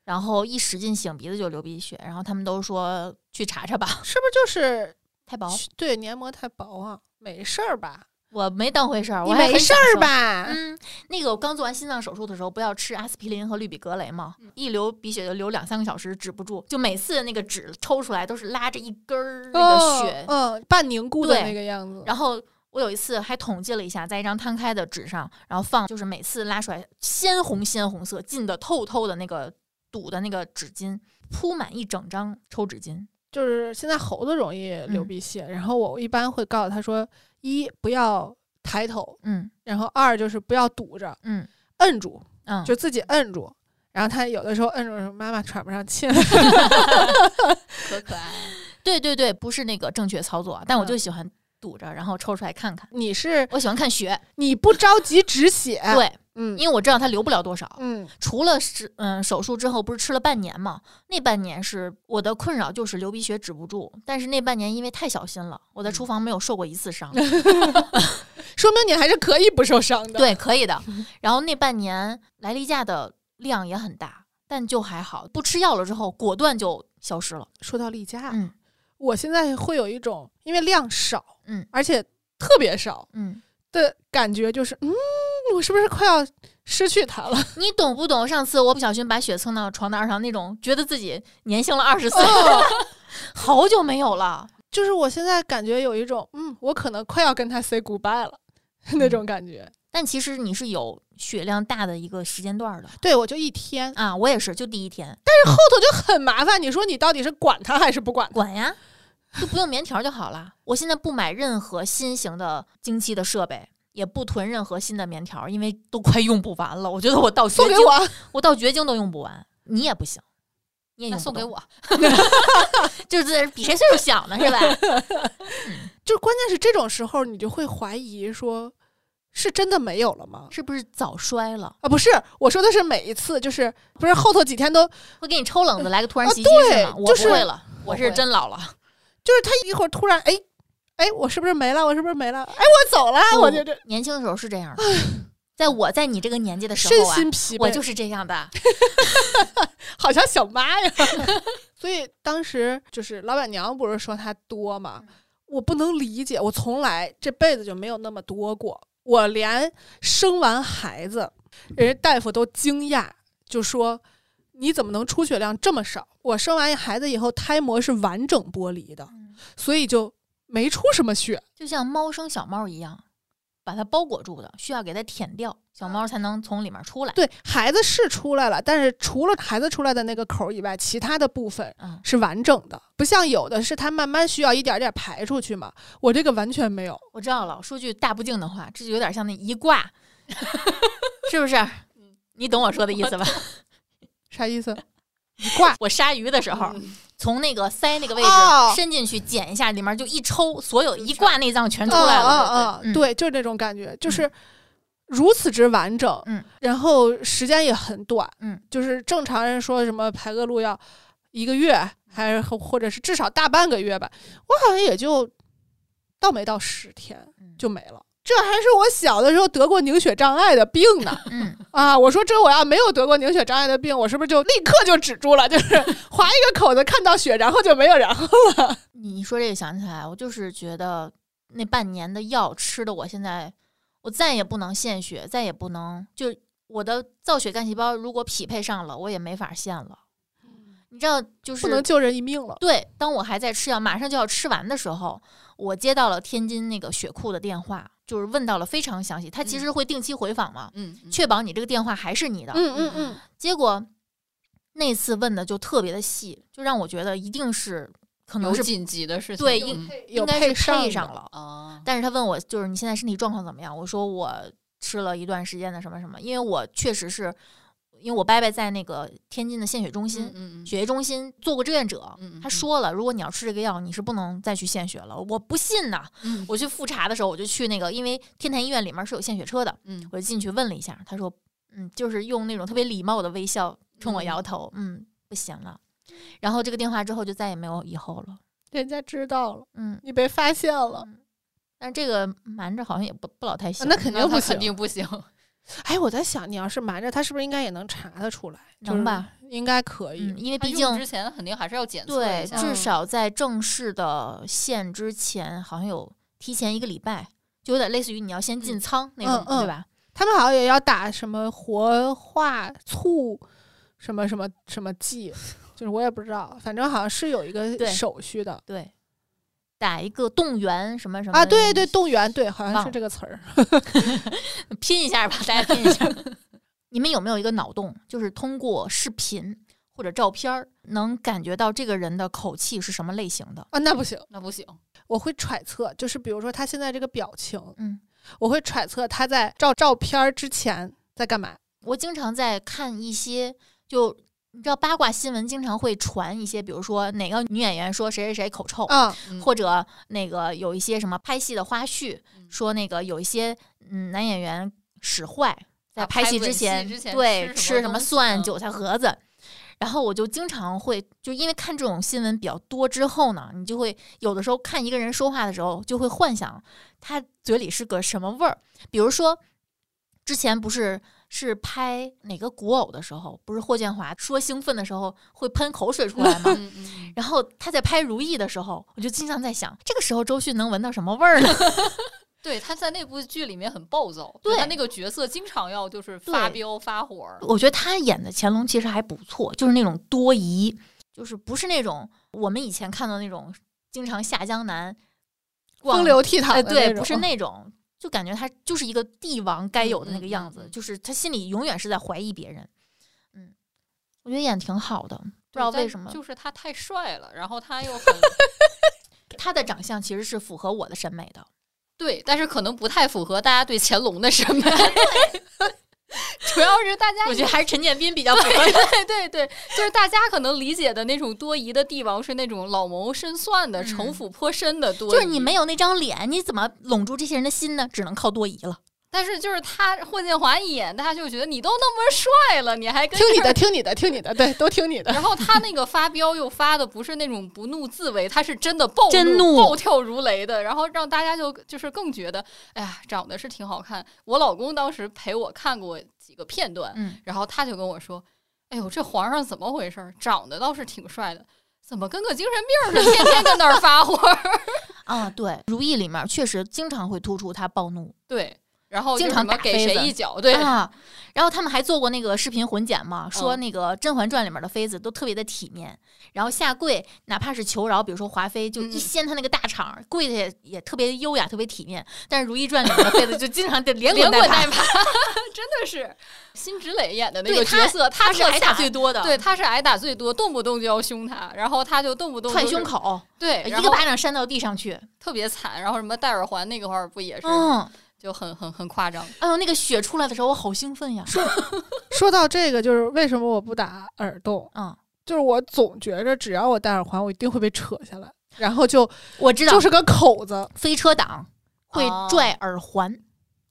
B: 然后一使劲擤鼻子就流鼻血，然后他们都说去查查吧，
C: 是不是就是
B: 太薄。
C: 对黏膜太薄啊？没事儿吧？
B: 我没当回事儿，
C: 你
B: 我还
C: 没
B: 很
C: 事
B: 享
C: 儿
B: 受？
C: 吧？
B: 嗯，那个我刚做完心脏手术的时候，不要吃阿司匹林和氯吡格雷嘛，
C: 嗯
B: 一流鼻血就流两三个小时止不住，就每次那个纸抽出来都是拉着一根儿那个血，
C: 嗯，嗯半凝固的
B: 对
C: 那个样子。
B: 然后我有一次还统计了一下，在一张摊开的纸上，然后放就是每次拉出来鲜红鲜红色、浸的透透的那个堵的那个纸巾，铺满一整张抽纸巾。
C: 就是现在猴子容易流
B: 嗯
C: 鼻血，然后我一般会告诉他说：一不要抬头，
B: 嗯
C: 然后二就是不要堵着，
B: 嗯
C: 摁住，
B: 嗯，
C: 就自己摁住。然后他有的时候摁住说：“妈妈喘不上气。
D: 可可爱。
B: 对对对，不是那个正确操作，但我
C: 嗯
B: 就喜欢堵着，然后抽出来看看”。
C: 你是
B: 我喜欢看血，
C: 你不着急止血，，
B: 对，
C: 嗯
B: 因为我知道它流不了多少。
C: 嗯，
B: 除了是嗯手术之后不是吃了半年嘛，那半年是我的困扰就是流鼻血止不住，但是那半年因为太小心了，我
C: 嗯
B: 在厨房没有受过一次 伤。
C: 说明你还是可以不受伤的。，
B: 对，可以的。然后那半年来例假的量也很大，但就还好，不吃药了之后果断就消失了。
C: 说到例假，
B: 嗯
C: 我现在会有一种因为量少，
B: 嗯，
C: 而且特别少
B: 嗯，
C: 的感觉，就是嗯，我是不是快要失去它了？
B: 你懂不懂？上次我不小心把血蹭到床单上，那种觉得自己年轻了二十岁，
C: 哦
B: 好久没有了。
C: 就是我现在感觉有一种，嗯，我可能快要跟他 say goodbye 了那
B: 嗯
C: 种感觉。
B: 但其实你是有血量大的一个时间段的
C: 对我就一天，
B: 啊，我也是，就第一天
C: 后头就很麻烦。你说你到底是管他还是不管他？
B: 管呀，就不用棉条就好了。我现在不买任何新型的经期的设备，也不囤任何新的棉条，因为都快用不完了。我觉得我到绝
C: 送给
B: 经
C: 我，啊
B: 我到绝经都用不完，你也不行，你也
D: 那
B: 用不
D: 送给
B: 动，
D: 我，
B: 就是比谁岁数小呢，是吧？
C: 就是关键是这种时候，你就会怀疑说，是真的没有了吗？
B: 是不是早衰了？
C: 啊，不是，我说的是每一次，就是不是后头几天都，
B: 会给你抽冷子来个突然
C: 啊
B: 袭击、
C: 对
B: 是吗？我
C: 就
B: 不
C: 是
B: 会了，
D: 我
B: 我
D: 会
B: 是真老了。
C: 就是他一会儿突然，哎，哎，我是不是没了？我是不是没了？哎，我走了，我就
B: 不
C: 这
B: 年轻的时候是这样的，在我在你这个年纪的时
C: 身
B: 候啊，
C: 心疲惫，
B: 我就是这样的。
C: 好像小妈呀。 所以当时就是老板娘不是说她多嘛，我不能理解，我从来这辈子就没有那么多过。我连生完孩子，人家大夫都惊讶，就说你怎么能出血量这么少？我生完孩子以后胎膜是完整剥离的，所以就没出什么血。
B: 就像猫生小猫一样，把它包裹住的，需要给它舔掉，小猫才能从里面出来。
C: 对，孩子是出来了，但是除了孩子出来的那个口儿以外，其他的部分
B: 嗯，
C: 是完整的，不像有的是它慢慢需要一点点排出去嘛。我这个完全没有，
B: 我知道了。说句大不敬的话，这就有点像那一挂，是不是？你懂我说的意思吧？
C: 啥意思？你挂
B: 我杀鱼的时候，
D: 嗯
B: 从那个鳃那个位置、
C: 哦
B: 伸进去捡一下，里面就一抽，所有一挂内脏 全出
C: 啊
B: 来了。
C: 啊啊！
B: 嗯
C: 对，就是那种感觉，就是如此之完整，
B: 嗯，
C: 然后时间也很短，
B: 嗯，
C: 就是正常人说什么排个路要一个月，还是或或者是至少大半个月吧，我好像也就到没到十天
B: 嗯
C: 就没了。这还是我小的时候得过凝血障碍的病呢
B: 嗯，
C: 啊！我说这我要没有得过凝血障碍的病，我是不是就立刻就止住了？就是 划一个口子看到血，然后就没有然后了。
B: 你一说这个想起来，我就是觉得那半年的药吃的，我现在我再也不能献血，再也不能就我的造血干细胞如果匹配上了，我也没法献了。你知道，就是
C: 嗯不能救人一命了。
B: 对，当我还在吃药，马上就要吃完的时候，我接到了天津那个血库的电话，就是问到了非常详细。他其实会定期回访嘛，
D: 嗯，嗯
B: 确保你这个电话还是你的。
C: 嗯嗯嗯，
B: 结果那次问的就特别的细，就让我觉得一定是可能
D: 有
B: 是
D: 紧急的事情，
B: 对
D: 嗯
B: 应
C: 有
B: 应该是配
C: 配
B: 上
C: 的
B: 了。
D: 啊，
B: 但是他问我就是你现在身体状况怎么样？我说我吃了一段时间的什么什么，因为我确实是因为我伯伯在那个天津的献血中心，
D: 嗯
B: 血液中心做过志愿者，
D: 嗯嗯
B: 他
D: 嗯
B: 说了，如果你要吃这个药，你是不能再去献血了。我不信呐，
D: 嗯
B: 我去复查的时候，我就去那个，因为天坛医院里面是有献血车的，
D: 嗯，
B: 我就进去问了一下，他说，嗯，就是用那种特别礼貌的微笑冲我摇头，嗯，不行了。然后这个电话之后就再也没有以后了，
C: 人家知道了，
B: 嗯，
C: 你被发现了。
B: 但这个瞒着好像也不不老太行，
C: 嗯啊那肯定
D: 那
C: 不
D: 他
C: 行
D: 肯。定不行。
C: 哎，我在想，你要是瞒着他，是不是应该也能查得出来？
B: 能吧？
C: 应该可以。
B: 嗯，因为
D: 他
B: 毕
D: 用
B: 竟
D: 之前肯定还是要检测
B: 对
D: 一，下，
B: 至
C: 嗯
B: 少在正式的限之前，好像有提前一个礼拜，就有点类似于你要先进
D: 嗯
B: 仓那
C: 嗯
B: 种，对
C: 嗯
B: 吧？
C: 他们好像也要打什么活化醋，什么什么什么剂，就是我也不知道，反正好像是有一个
B: 对
C: 手续的
B: 对，打一个动员什么什么
C: 啊。对对，动员对，好像
B: 忘
C: 是
B: 了
C: 这个词儿。
B: 拼一下吧，大家拼一下。 你们有没有一个脑洞，就是通过视频或者照片儿，能感觉到这个人的口气是什么类型的？
C: 啊，那不行，
D: 那不行。
C: 我会揣测，就是比如说他现在这个表情，
B: 嗯，
C: 我会揣测他在照照片儿之前在干嘛。
B: 我经常在看一些就。你知道八卦新闻经常会传一些，比如说哪个女演员说谁谁谁口臭，
C: 啊，
D: 嗯
B: 或者那个有一些什么拍戏的花絮，说那个有一些嗯男演员使坏，在
D: 啊
B: 拍
D: 拍
B: 戏
D: 吻
B: 之
D: 戏
B: 前
D: 之前
B: 对
D: 吃什么
B: 吃什么
D: 东西
B: 蒜、
D: 嗯
B: 韭菜盒子。然后我就经常会，就因为看这种新闻比较多之后呢，你就会有的时候看一个人说话的时候，就会幻想他嘴里是个什么味儿。比如说，之前不是是拍哪个古偶的时候，不是霍建华说兴奋的时候会喷口水出来吗？
D: 嗯嗯
B: 然后他在拍《如意》的时候，我就经常在想，这个时候周迅能闻到什么味儿呢？
D: 对，他在那部剧里面很暴躁，
B: 对
D: 他那个角色经常要就是发
B: 对
D: 飙发火儿，
B: 我觉得他演的乾隆其实还不错，就是那种多疑，就是不是那种我们以前看到那种经常下江南逛
C: 风流倜傥
B: 哎，
C: 的
B: 对，
C: 那种
B: 不是那种，就感觉他就是一个帝王该有的那个样子，
D: 嗯嗯嗯嗯
B: 就是他心里永远是在怀疑别人。嗯，我觉得演得挺好的，不知道
D: 对但
B: 为什么，
D: 就是他太帅了，然后 他又很
B: 他的长相其实是符合我的审美的。
D: 对，但是可能不太符合大家对乾隆 的审美。主要是 大家，
B: 我觉得还是陈建斌比较符合。
D: 对对对，就是大家可能理解的那种多疑的帝王是那种老谋深算的、
B: 嗯
D: 城府颇深的多疑。
B: 就是你没有那张脸，你怎么笼住这些人的心呢？只能靠多疑了。
D: 但是就是他霍建华一演，大家就觉得你都那么帅了，你还跟
C: 听你
D: 这儿
C: 的，听你的，听你的，对，都 听 你的。
D: 然后他那个发飙又发的不是那种不怒自威，他是真的暴
B: 真怒
D: 怒暴跳如雷的，然后让大家就就是更觉得，哎呀，长得是挺好看。我老公当时陪我看过几个片段，
B: 嗯，
D: 然后他就跟我说：“哎呦，这皇上怎么回事儿？长得倒是挺帅的，怎么跟个精神病似的，天天跟那儿发火儿
B: 啊，对，《如懿》里面确实经常会突出他暴怒，？”
D: 对，然后就
B: 经
D: 是
B: 常
D: 什么
B: 打
D: 给
B: 飞
D: 谁
B: 子
D: 一脚，对，
B: 啊。然后他们还做过那个视频混剪嘛，说
D: 嗯
B: 那个《甄嬛传》里面的妃子都特别的体面，然后下跪，哪怕是求饶，比如说华妃就
D: 嗯
B: 一掀她那个大氅儿，跪的也也特别优雅，特别体面。但是《如懿传》里面的妃子就经常得连
D: 连
B: 滚
D: 滚
B: 带
D: 带爬， 真的是辛芷蕾演的那
B: 对
D: 个
B: 她
D: 角色，
B: 她
D: 她
B: 是
D: 特
B: 挨打
D: 惨
B: 最多的，
D: 对，，她是挨打最多，动不动就要凶她，然后她就动不动
B: 踹
D: 就是
B: 胸，口，
D: 对，
B: 一
D: 然
B: 个
D: 后
B: 巴掌扇到地上去。
D: 特别惨，然后什么戴耳环那个会儿不也是，
B: 嗯，
D: 就很很很夸张，
B: 哎呦，那个血出来的时候，我好兴奋呀！
C: 说到这个，就是为什么我不打耳洞？
B: 嗯，
C: 就是我总觉着只要我戴耳环，我一定会被扯下来，然后就
B: 我知道，
C: 就是个口子。
B: 飞车党会
D: 哦
B: 拽耳环，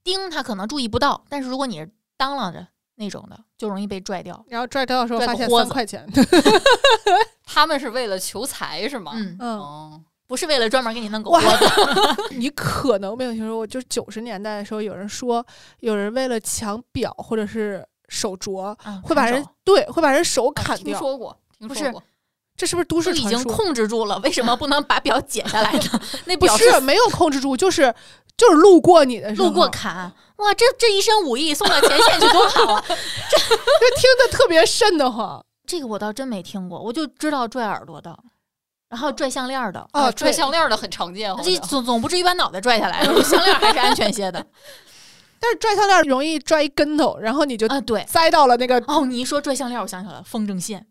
B: 钉他可能注意不到，但是如果你是当啷着那种的，就容易被拽掉。
C: 然后拽掉的时候
B: 拽
C: 发
B: 个
C: 现
B: 豁
C: 三
B: 子
C: 块 钱，
D: 他们是为了求财是吗？
B: 嗯，
C: 嗯，
D: 哦，
B: 不是为了专门给你弄个
C: 哇
B: 窝 子，
C: 嗯你可能没有听说过，就是九十年代的时候，有人说有人为了抢表或者是手镯，
B: 嗯
C: 会把
B: 砍
C: 人
B: 手
C: 对会把人
B: 哦
C: 手
D: 啊
C: 砍
D: 听
C: 掉，
D: 说过，听
B: 不
D: 说
B: 是
D: 过，
C: 这是不是都
B: 都
C: 市
B: 已
C: 传
B: 经
C: 说？
B: 控制住了，为什么不能把表解下来呢？那
C: 不
B: 表
C: 是没有控制住，就是就是 路过你的时候，
B: 路 过
C: 就
B: 砍，哇，这这一身武艺送到前线去多好 啊！
C: 听得特别瘆 得慌。
B: 这个我倒真没听过，我就知道拽耳朵的，然后啊拽项链的。
C: 哦，
D: 拽
C: 对
D: 项链的很常见，好
B: 这
D: 像
B: 总总不至于把脑袋拽下来，项链还是安全 些的。
C: 但是拽项链容易拽一跟头，然后你就
B: 啊，对，
C: 栽到了那个。
B: 哦，你一说拽项链，我想起来了，风筝线，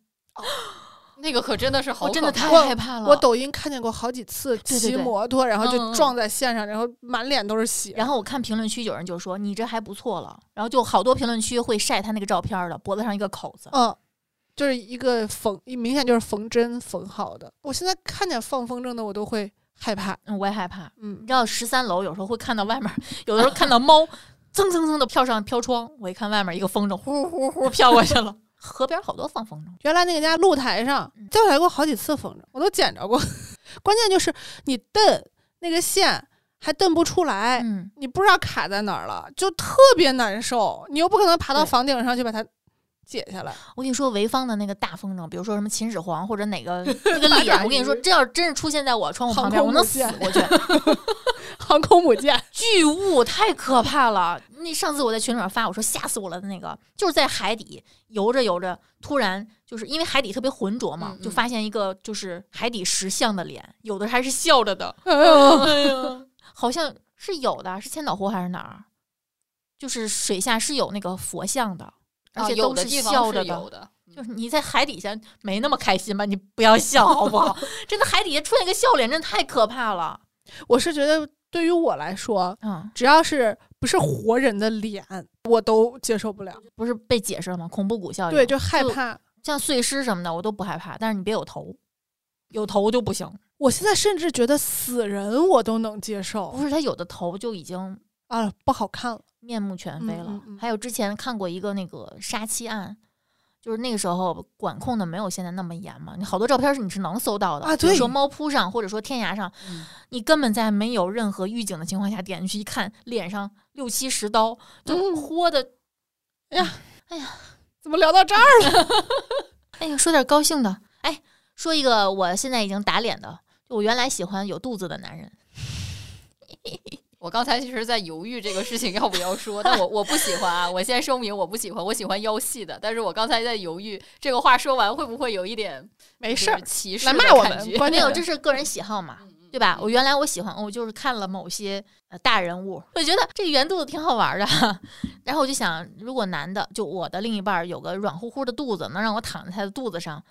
D: 那个可真的是好
B: 我
D: 可怕，
B: 真的太
C: 我
B: 害怕了。
C: 我抖音看见过好几次
B: 嗯对
C: 骑
B: 对
C: 摩托，然后
D: 嗯嗯
C: 就
D: 嗯
C: 撞在线上，然后满脸都是血。
B: 然后我看评论区有人就说你这还不错了，然后就好多评论区会晒他那个照片儿的，脖子上一个口子，
C: 嗯，就是一个缝，一明显就是缝针缝好的。我现在看见放风筝的，我都会害怕。
B: 嗯，我也害怕。
C: 嗯
B: 你，知道十三楼有时候会看到外面儿，有的时候看到猫蹭蹭蹭的跳上飘窗，我一看外面一个风筝呼呼呼飘过去了。 河边儿好多放风筝，
C: 原来那个家露台上
B: 嗯
C: 掉下来过好几次风筝，我都捡着过。 关键就是你蹬那个线还蹬不出来，
B: 嗯，
C: 你不知道卡在哪儿了，就特别难受。你又不可能爬到
B: 对
C: 房顶上去把它解下来。
B: 我跟你说，潍坊的那个大风筝，比如说什么秦始皇或者哪 个那个脸，我跟你说，
C: 鱼
B: 这要是真是出现在我窗户旁
C: 航
B: 边，
C: 空
B: 我
C: 母
B: 能死
C: 舰，
B: 过去。
C: 航空母舰，
B: 巨物太可怕了！那上次我在群里面发，我说吓死我了的那个，就是在海底游着游着，突然就是因为海底特别浑浊嘛，
D: 嗯嗯
B: 就发现一个就是海底石像的脸，有的还是笑着 的，
C: 哎呦，
B: 哎呀，好像是有的，是千岛湖还是哪儿？就是水下是有那个佛像的，而
D: 啊
B: 且
D: 有
B: 都
D: 的地方
B: 笑
D: 是
B: 着
D: 有的，
B: 就是你在海底下没那么开心吧？你不要 笑好不好？真的海底下出现一个笑脸，真的太可怕了。
C: 我是觉得对于我来说，
B: 嗯，
C: 只要是不是活人的脸，我都接受不了。
B: 不是被解释了吗？恐怖谷效应。
C: 对，就害怕。
B: 像碎尸什么的，我都不害怕，但是你别有头，有头就不行。
C: 我现在甚至觉得死人我都能接受
B: 不是他有的头就已经
C: 啊，不好看了。
B: 面目全非
C: 嗯
B: 了。
C: 嗯嗯
B: 还有之前看过一个那个杀妻案，就是那个时候管控的没有现在那么严嘛，你好多照片是你是能搜到的
C: 啊
B: 比如
C: 对
B: 说猫扑上或者说天涯上，
D: 嗯
B: 你根本在没有任何预警的情况下点进去一看，脸上六七十刀，就
C: 嗯
B: 豁的。
C: 怎么聊到这儿？
B: 哎呀，说点高兴的，哎，说一个我现在已经打脸的，就我原来喜欢有肚子的男人。
D: 我刚才其实，在犹豫这个事情要不要说，但我我不喜欢啊！我先声明，我不喜欢，我喜欢腰细的。但是我刚才在犹豫，这个话说完会不会有一点
C: 没事儿
D: 就是，歧视
C: 来
D: 的
C: 骂我
D: 感
C: 们
D: 觉，
C: 关
B: 没
C: 键
B: 有，
C: 的
B: 这是个人喜好嘛，
D: 嗯
B: 对吧？我原来我喜欢，我就是看了某些呃大人物，我觉得这个圆肚子挺好玩的， 然后我就想，如果男的就我的另一半儿有个软乎乎的肚子，能让我躺在他的肚子上。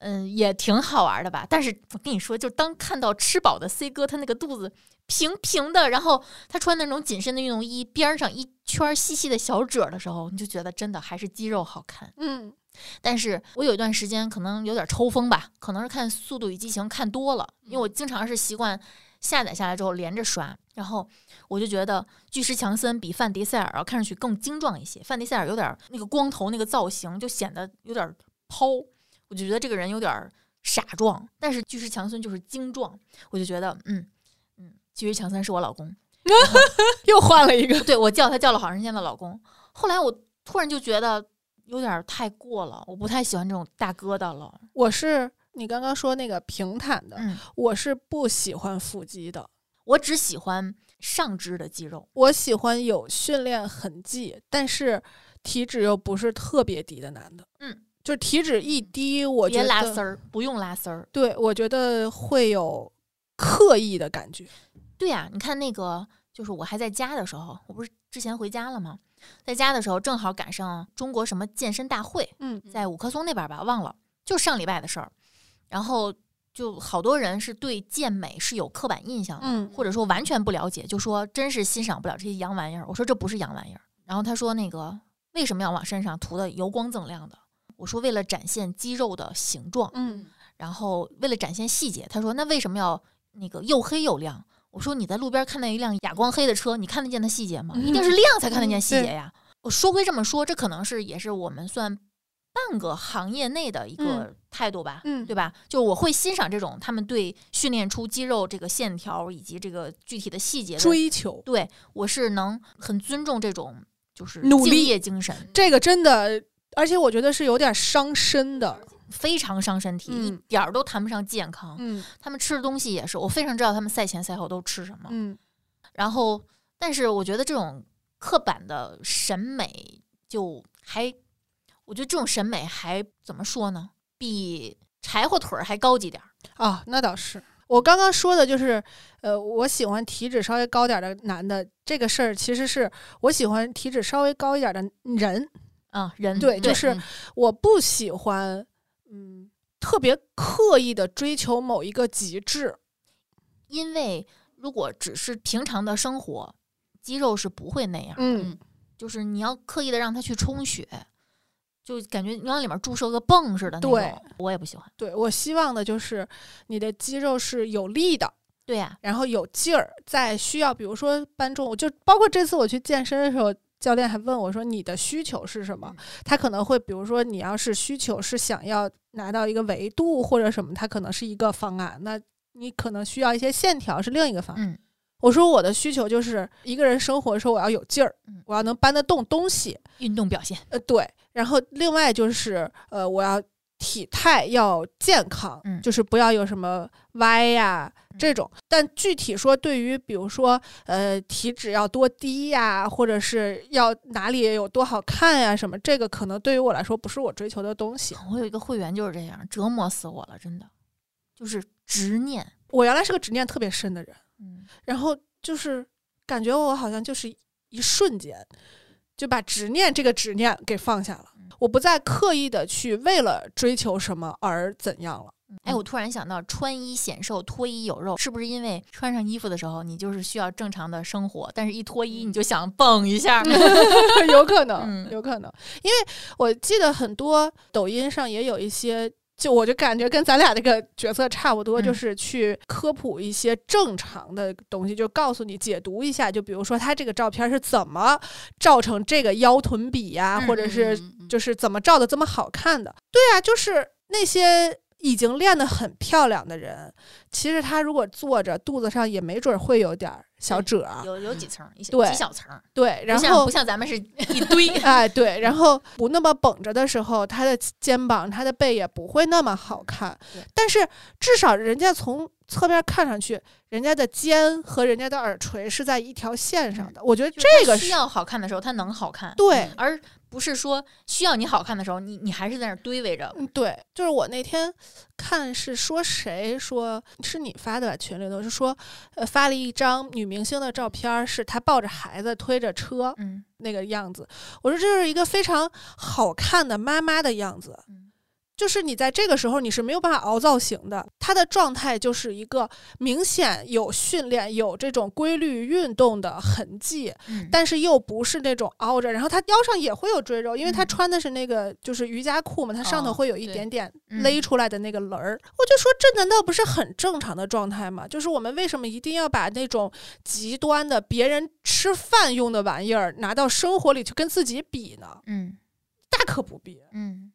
B: 嗯，也挺好玩的吧？但是我跟你说，就当看到吃饱的 C 哥，他那个肚子平平的，然后他穿那种紧身的运动衣，边儿上一圈儿细细的小褶儿的时候，你就觉得真的还是肌肉好看。
C: 嗯，
B: 但是我有一段时间可能有点抽风吧，可能是看《速度与激情》看多了，因为我经常是习惯下载下来之后连着刷，然后我就觉得巨石强森比范迪塞尔要看上去更精壮一些，范迪塞尔有点那个光头那个造型就显得有点抛，我就觉得这个人有点傻壮，但是巨石强森就是精壮，我就觉得嗯嗯，巨石强森是我老公，
C: 又换了一个。
B: 对我叫他叫了好长时间的老公。后来我突然就觉得有点儿太过了，我不太喜欢这种大疙瘩了。
C: 我是你刚刚说那个平坦的，
B: 嗯，
C: 我是不喜欢腹肌的。
B: 我只喜欢上肢的肌肉。
C: 我喜欢有训练痕迹，但是体脂又不是特别低的男的。
B: 嗯，
C: 就是体脂一低，我觉
B: 别
C: 得
B: 拉丝儿，不用拉丝儿。
C: 对，我觉得会有刻意的感觉。
B: 对呀、你看那个，就是我还在家的时候，我不是之前回家了吗？在家的时候正好赶上中国什么健身大会，
C: 嗯
B: 在五棵松那边儿吧，忘了，就上礼拜的事儿。然后就好多人是对健美是有刻板印象的，
C: 嗯
B: 或者说完全不了解，就说真是欣赏不了这些洋玩意儿。我说这不是洋玩意儿。然后他说那个为什么要往身上涂的油光锃亮的？我说为了展现肌肉的形状，
C: 嗯，
B: 然后为了展现细节，他说那为什么要那个又黑又亮？我说你在路边看到一辆哑光黑的车，你看得见它细节吗？一定
C: 嗯
B: 是亮才看得见细节呀。我说归这么说，这可能是也是我们算半个行业内的一个态度吧，
C: 嗯
B: 对吧？就我会欣赏这种他们对训练出肌肉这个线条以及这个具体的细节的，
C: 追求
B: 对我是能很尊重这种就是
C: 努力
B: 敬业精神，
C: 这个真的，而且我觉得是有点伤身的。
B: 非常伤身体，
C: 嗯
B: 一点儿都谈不上健康。
C: 嗯
B: 他们吃的东西也是，我非常知道他们赛前赛后都吃什么。
C: 嗯，
B: 然后，但是我觉得这种刻板的审美就还，我觉得这种审美还怎么说呢？比柴火腿儿还高级点儿。
C: 啊，那倒是。我刚刚说的就是，呃，我喜欢体脂稍微高点儿的男的这个事儿，其实是我喜欢体脂稍微高一点儿的人，
B: 啊，人
C: 对就是
B: 嗯
C: 我不喜欢，嗯，特别刻意的追求某一个极致。
B: 因为如果只是平常的生活，肌肉是不会那样，
C: 嗯
B: 就是你要刻意的让它去充血，就感觉你往里面注射个泵似的那种，
C: 对
B: 我也不喜欢。
C: 对我希望的就是你的肌肉是有力的，
B: 对啊呀、
C: 然后有劲儿，在需要，比如说搬重物，就包括这次我去健身的时候，教练还问我说你的需求是什
B: 嗯
C: 么？他可能会，比如说你要是需求是想要拿到一个维度或者什么，它可能是一个方案，那你可能需要一些线条是另一个方案。
B: 嗯
C: 我说我的需求就是一个人生活的时候我要有劲儿
B: 嗯，
C: 我要能搬得动东西，
B: 运动表现，
C: 呃，对，然后另外就是呃，我要体态要健康，
B: 嗯
C: 就是不要有什么歪呀、这种。但具体说，对于比如说呃体脂要多低呀、或者是要哪里有多好看呀、什么，这个可能对于我来说不是我追求的东西。
B: 我有一个会员就是这样，折磨死我了，真的，就是执念。
C: 我原来是个执念特别深的人，
B: 嗯，
C: 然后就是感觉我好像就是一瞬间就把执念这个执念给放下了
B: 嗯，
C: 我不再刻意的去为了追求什么而怎样了。
B: 哎，我突然想到，穿衣显瘦，脱衣有肉，是不是因为穿上衣服的时候，你就是需要正常的生活，但是一脱衣你就想蹦一下？
C: 有可
B: 嗯
C: 能，有可能，因为我记得很多抖音上也有一些，就我就感觉跟咱俩这个角色差不多，
B: 嗯
C: 就是去科普一些正常的东西，就告诉你解读一下，就比如说他这个照片是怎么照成这个腰臀比呀、
B: 嗯
C: 或者是
D: 嗯嗯
C: 就是怎么照的这么好看的。对啊，就是那些已经练得很漂亮的人，其实他如果坐着，肚子上也没准儿会有点儿小褶儿。
B: 有有几层，一小
C: 对
B: 几小层，
C: 对，然
B: 不像
C: 后。
B: 不像咱 们是一堆
C: 哎，对，然后不那么绷着的时候，他的肩膀、他的背也不会那么好看
B: 对。
C: 但是至少人家从侧面看上去，人家的肩和人家的耳垂是在一条线上的。我觉得
B: 嗯就是它
C: 这个
B: 需
C: 是
B: 要好看的时候，它能好看，嗯
C: 对，
B: 而不是说需要你好看的时候，你你还是在那儿堆围着。
C: 嗯，对，就是我那天看是说谁说是你发的吧，群里头是说，呃，发了一张女明星的照片儿，是她抱着孩子推着车，
B: 嗯，
C: 那个样子。我说这是一个非常好看的妈妈的样子
B: 嗯，
C: 就是你在这个时候你是没有办法熬造型的，她的状态就是一个明显有训练、有这种规律运动的痕迹，
B: 嗯
C: 但是又不是那种凹着，然后她腰上也会有赘肉，因为她
B: 嗯
C: 穿的是那个就是瑜伽裤嘛，她上头
D: 哦
C: 会有一
D: 对
C: 点点
B: 嗯
C: 勒出来的那个棱儿。我就说这难道不是很正常的状态吗？就是我们为什么一定要把那种极端的别人吃饭用的玩意儿拿到生活里去跟自己比呢？
B: 嗯
C: 大可不必，
B: 嗯。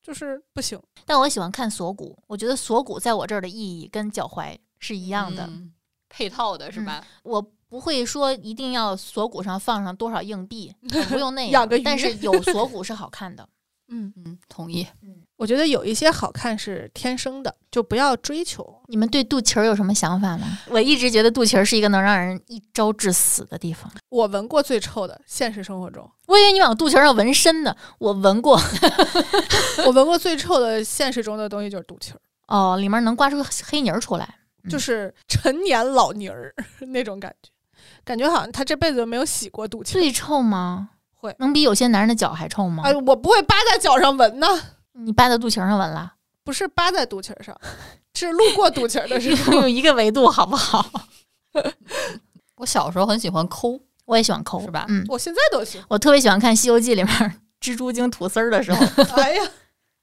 C: 就是不行。
B: 但我喜欢看锁骨，我觉得锁骨在我这儿的意义跟脚踝是一样的。
D: 嗯配套的是吧？
B: 我不会说一定要锁骨上放上多少 硬币，我不用那
C: 养
B: 样
C: 个鱼。
B: 但是有锁骨是好看的。
C: 嗯，
D: 嗯，同意。
C: 我觉得有一些好看是天生的，就不要追求。
B: 你们对肚脐儿有什么想法吗？我一直觉得肚脐儿是一个能让人一招致死的地方。
C: 我闻过最臭的，现实生活中，
B: 我以为你往肚脐儿上纹身呢，我闻过
C: 我闻过最臭的现实中的东西就是肚脐儿，
B: 哦，里面能刮出黑泥儿出来。嗯
C: 就是陈年老泥儿 那种感觉，感觉好像他这辈子没有洗过肚脐儿。
B: 最臭吗？
C: 会
B: 能比有些男人的脚还臭吗？
C: 哎，我不会扒在脚上闻呢，
B: 你扒在肚脐儿上闻了，
C: 不是扒在肚脐儿上，是路过肚脐儿 的时候。
B: 有一个维度好不好？
D: 我小时候很喜欢抠，
B: 我也喜欢抠，
D: 是吧
B: 嗯，
C: 我现在都喜
B: 我特别喜欢看《西游记》里面 蜘蛛精吐丝儿的时候，
C: 欢，哎呀，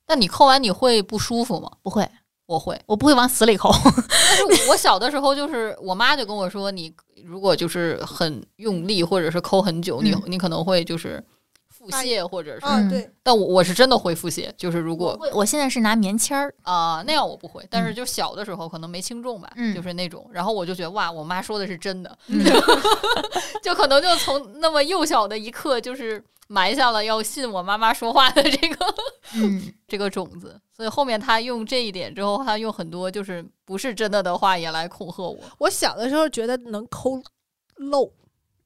D: 但你抠完你会不舒服吗？
B: 不会，
D: 我会，
B: 我不会往死里抠。
D: 但是我小的时候就是我妈就跟我说，你如果就是很用力或者是抠很久，你
B: 嗯
D: 你可能会就是腹泻或者是，
C: 啊
B: 嗯
C: 对，
D: 但我我是真的会腹泻，就是如果
B: 我我现在是拿棉签 儿，
D: 啊、那样我不会，但是就小的时候可能没轻重吧，
B: 嗯
D: 就是那种，然后我就觉得哇，我妈说的是真的，
B: 嗯
D: 就可能就从那么幼小的一刻就是埋下了要信我妈妈说话的这个
B: 嗯，
D: 这个种子，所以后面他用这一点之后，他用很多就是不是真的的话也来恐吓我。
C: 我小的时候觉得能抠漏，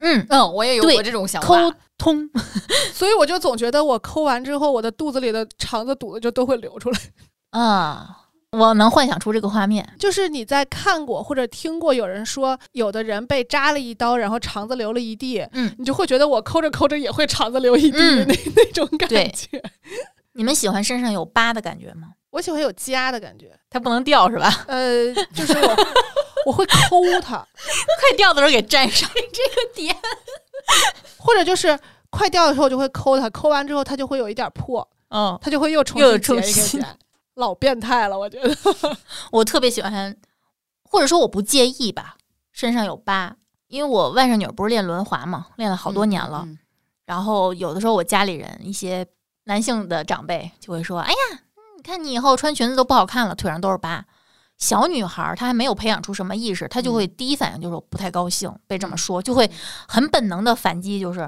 B: 嗯，
D: 嗯，我也有
B: 对
D: 过这种想法。
B: 抠通，
C: 所以我就总觉得我抠完之后，我的肚子里的肠子肚子就都会流出来。
B: 啊，我能幻想出这个画面。
C: 就是你在看过或者听过有人说，有的人被扎了一刀，然后肠子流了一地，
B: 嗯，
C: 你就会觉得我抠着抠着也会肠子流一地、
B: 嗯
C: 那那种感
B: 对
C: 觉。
B: 你们喜欢身上有疤的感觉吗？
C: 我喜欢有痂的感觉，
B: 它不能掉是吧？
C: 呃，就是 我我会抠它，
B: 快掉的时候给粘上。
C: 或者就是快掉的时候我就会抠它，抠完之后它就会有一点破，
B: 嗯，
C: 它就会又重
B: 又有
C: 新结
B: 重
C: 一个
B: 新
C: 痂，老变态了，我觉得。
B: 我特别喜欢，或者说我不介意吧，身上有疤，因为我外甥女儿不是练轮滑嘛，练了好多年了。
D: 嗯嗯
B: 然后有的时候我家里人一些男性的长辈就会说：“哎呀，你看你以后穿裙子都不好看了，腿上都是疤。”小女孩儿她还没有培养出什么意识，她就会第一反应就是我不太高兴被这么说，就会很本能的反击，就是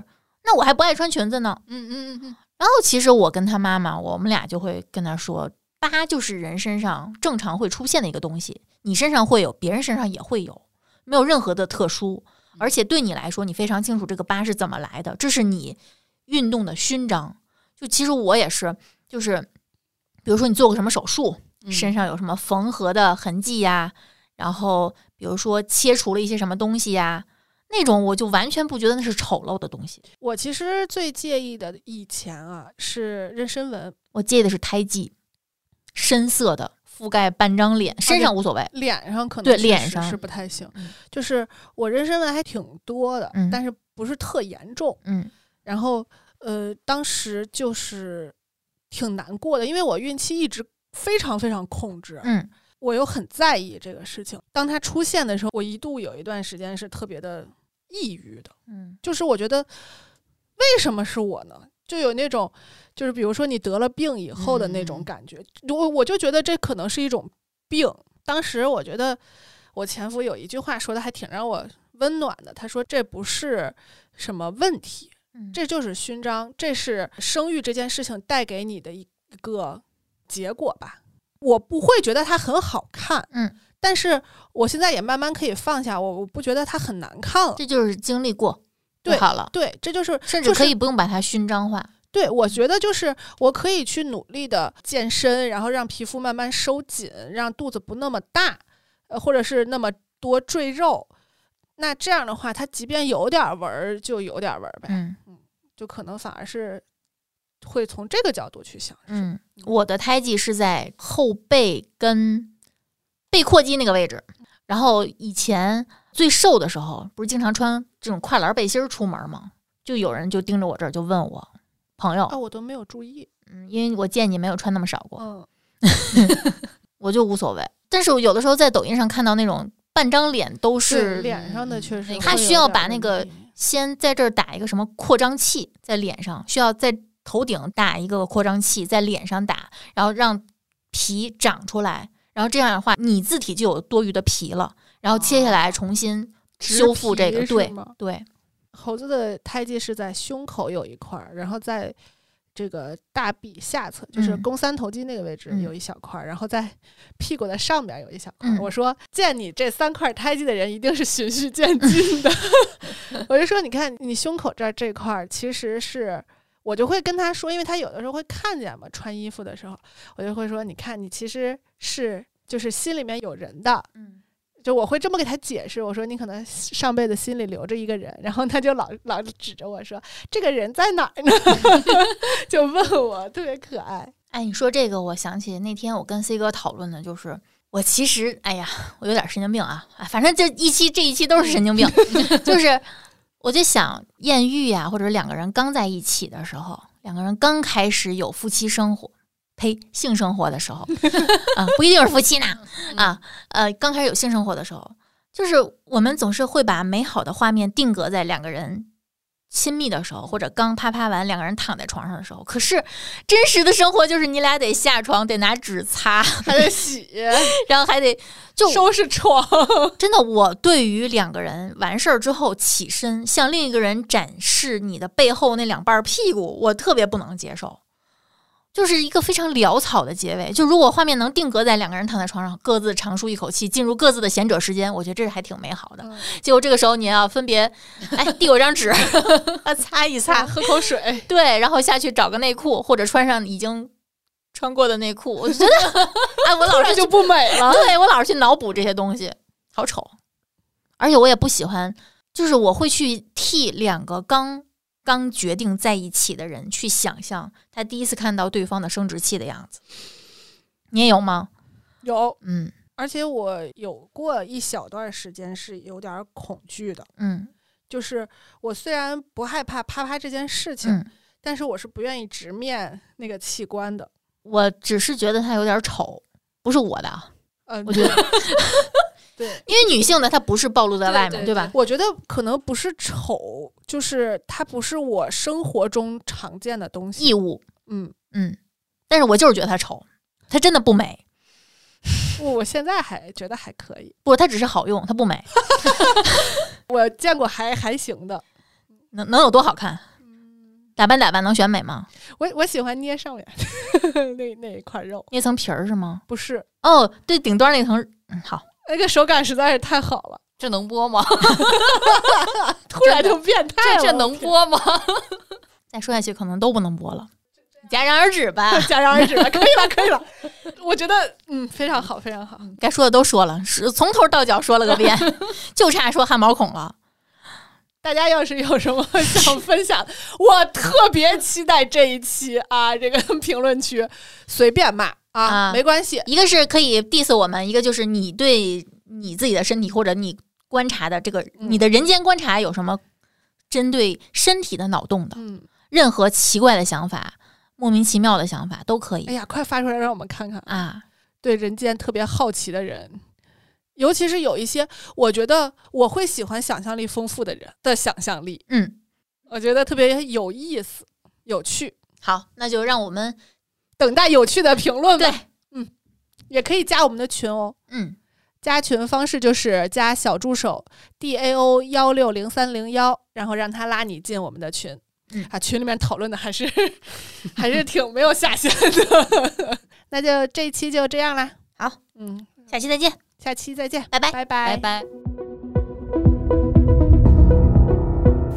B: 那我还不爱穿裙子呢。
D: 嗯嗯嗯嗯，
B: 然后其实我跟她妈妈，我们俩就会跟她说，疤就是人身上正常会出现的一个东西，你身上会有，别人身上也会有，没有任何的特殊。而且对你来说，你非常清楚这个疤是怎么来的，这是你运动的勋章。就其实我也是，就是比如说你做过什么手术，
D: 嗯
B: 身上有什么缝合的痕迹呀、然后比如说切除了一些什么东西呀、那种我就完全不觉得那是丑陋的东西，
C: 我其实最介意的以前啊是妊娠纹，
B: 我介意的是胎记，深色的覆盖半张脸，身上无所谓。
C: 脸上可能
B: 对
C: 确
B: 脸
C: 实
B: 上
C: 是不太行
D: 嗯，
C: 就是我妊娠纹还挺多的，
B: 嗯
C: 但是不是特严重。
B: 嗯
C: 然后呃，当时就是挺难过的，因为我孕期一直非常非常控制，
B: 嗯
C: 我又很在意这个事情。当它出现的时候，我一度有一段时间是特别的抑郁的，
B: 嗯
C: 就是我觉得为什么是我呢？就有那种，就是比如说你得了病以后的那种
D: 嗯
C: 感觉，我我就觉得这可能是一种病。当时我觉得我前夫有一句话说的还挺让我温暖的，他说这不是什么问题，
B: 嗯，
C: 这就是勋章，这是生育这件事情带给你的一个结果吧。我不会觉得它很好看，
B: 嗯，
C: 但是我现在也慢慢可以放下，我我不觉得它很难看了。
B: 这就是经历过就
C: 对
B: 好了，
C: 对，这就是
B: 甚至
C: 就是
B: 可以不用把它勋章化。
C: 对，我觉得就是我可以去努力的健身，然后让皮肤慢慢收紧，让肚子不那么大，呃，或者是那么多赘肉。那这样的话，它即便有点儿纹儿，就有点儿纹儿呗，
B: 嗯
C: 就可能反而是会从这个角度去想。是吧
B: 嗯，我的胎记是在后背跟背阔肌那个位置。然后以前最瘦的时候，不是经常穿这种跨栏背心儿出门吗？就有人就盯着我这儿，就问我朋友
C: 啊，，我都没有注意。
B: 嗯，因为我见你没有穿那么少过，
C: 嗯，
B: 我就无所谓。但是我有的时候在抖音上看到那种半张脸都
C: 是
B: 是
C: 脸上的确实会
D: 那
C: 有点儿问
D: 个
C: 题，
B: 他需要把那个先在这儿打一个什么扩张器，在脸上需要在头顶打一个扩张器，在脸上打，然后让皮长出来，然后这样的话，你自体就有多余的皮了，然后切下来重新
C: 哦植
B: 修复这个，
C: 皮是
B: 对
C: 吗
B: 对，
C: 猴子的胎记是在胸口有一块儿，然后在这个大臂下侧，就是
B: 嗯
C: 肱三头肌那个位置
B: 嗯
C: 有一小块儿，然后在屁股的上边儿有一小块儿。
B: 嗯
C: 我说，见你这三块胎记的人一定是循序渐进的。 我就说，你看你胸口这儿这块儿其实是。我就会跟他说，因为他有的时候会看见嘛，穿衣服的时候，我就会说，你看，你其实是就是心里面有人的，
B: 嗯
C: 就我会这么给他解释，我说你可能上辈子心里留着一个人，然后他就老老指着我说这个人在哪儿呢？ 就问我，特别可爱。
B: 哎，你说这个，我想起那天我跟 C 哥讨论的，就是我其实，哎呀，我有点神经病啊，啊反正这一期这一期都是神经病， 就是我就想艳遇呀、或者两个人刚在一起的时候，两个人刚开始有夫妻生活，呸，性生活的时候啊，不一定是夫妻呢 啊，呃，刚开始有性生活的时候，就是我们总是会把美好的画面定格在两个人。亲密的时候，或者刚啪啪完，两个人躺在床上的时候，可是真实的生活就是你俩得下床，得拿纸擦，
C: 还得洗
B: 然后还得就
C: 收拾床，
B: 真的，我对于两个人完事儿之后起身向另一个人展示你的背后那两瓣屁股，我特别不能接受。就是一个非常潦草的结尾。就如果画面能定格在两个人躺在床上，各自长舒一口气，进入各自的闲者时间，我觉得这还挺美好的。
C: 嗯
B: 结果这个时候你要分别，哎，递我张纸，擦一擦，
C: 喝口水。
B: 对，然后下去找个内裤，或者穿上已经穿过的内裤。我觉得， 哎，我老是
C: 就不美了。
B: 对我老是去脑补这些东西，好丑。而且我也不喜欢，就是我会去替两个刚刚决定在一起的人去想象他第一次看到对方的生殖器的样子。你也有吗？
C: 有，
B: 嗯
C: 而且我有过一小段时间是有点儿恐惧的，
B: 嗯
C: 就是我虽然不害怕啪啪这件事情，
B: 嗯，
C: 但是我是不愿意直面那个器官的。
B: 我只是觉得他有点丑，不是我的啊，
C: 嗯、
B: 我觉得
C: 对，
B: 因为女性的她不是暴露在
D: 对
B: 外面，
D: 对
B: 对
D: 对
B: 吧？
C: 我觉得可能不是丑，就是它不是我生活中常见的东西。
B: 义务，
C: 嗯，
B: 嗯，但是我就是觉得她丑，她真的不美。
C: 我我现在还觉得还可以，
B: 不，她只是好用，她不美，
C: 我见过还还行的。
B: 能能有多好看？打扮打扮能选美吗？
C: 我我喜欢捏上面 那那一块肉，
B: 那层皮儿是吗？
C: 不是
B: 哦，对，顶端那层，嗯，好，
C: 那个手感实在是太好了，
D: 这能播吗？
C: 突然就变态了。。
D: 这这能播吗？
B: 再说下去可能都不能播了，戛然而止吧
C: 戛然而止了，可以了，可以了。我觉得嗯，非常好，非常好。
B: 该说的都说了，是从头到脚说了个遍，就差说汗毛孔了。
C: 大家要是有什么想分享的，我特别期待这一期啊，这个 评论区随便骂啊，
B: 啊
C: 没关系。
B: 一个是可以 diss 我们，一个就是你对你自己的身体或者你观察的这个、你的人间观察有什么针对身体的脑洞的，
C: 嗯，
B: 任何奇怪的想法、莫名其妙的想法都可以、
C: 哎呀，快发出来让我们看看。
B: 啊。
C: 对人间特别好奇的人，尤其是有一些，我觉得我会喜欢想象力丰富的人的想象力，
B: 嗯，
C: 我觉得特别有意思、有趣。
B: 好，那就让我们
C: 等待有趣的评论吧，
B: 对，
C: 也可以加我们的群哦。
B: 嗯，
C: 加群方式就是加小助手 D A O 幺六零三零幺，然后让他拉你进我们的群。
B: 嗯
C: 啊，群里面讨论的还是 还是挺没有下限的。 那就这一期就这样啦。
B: 好，
C: 嗯，
B: 下期再见，
C: 下期再见，
B: 拜拜。
C: 拜
D: 拜
C: 拜。
D: 拜。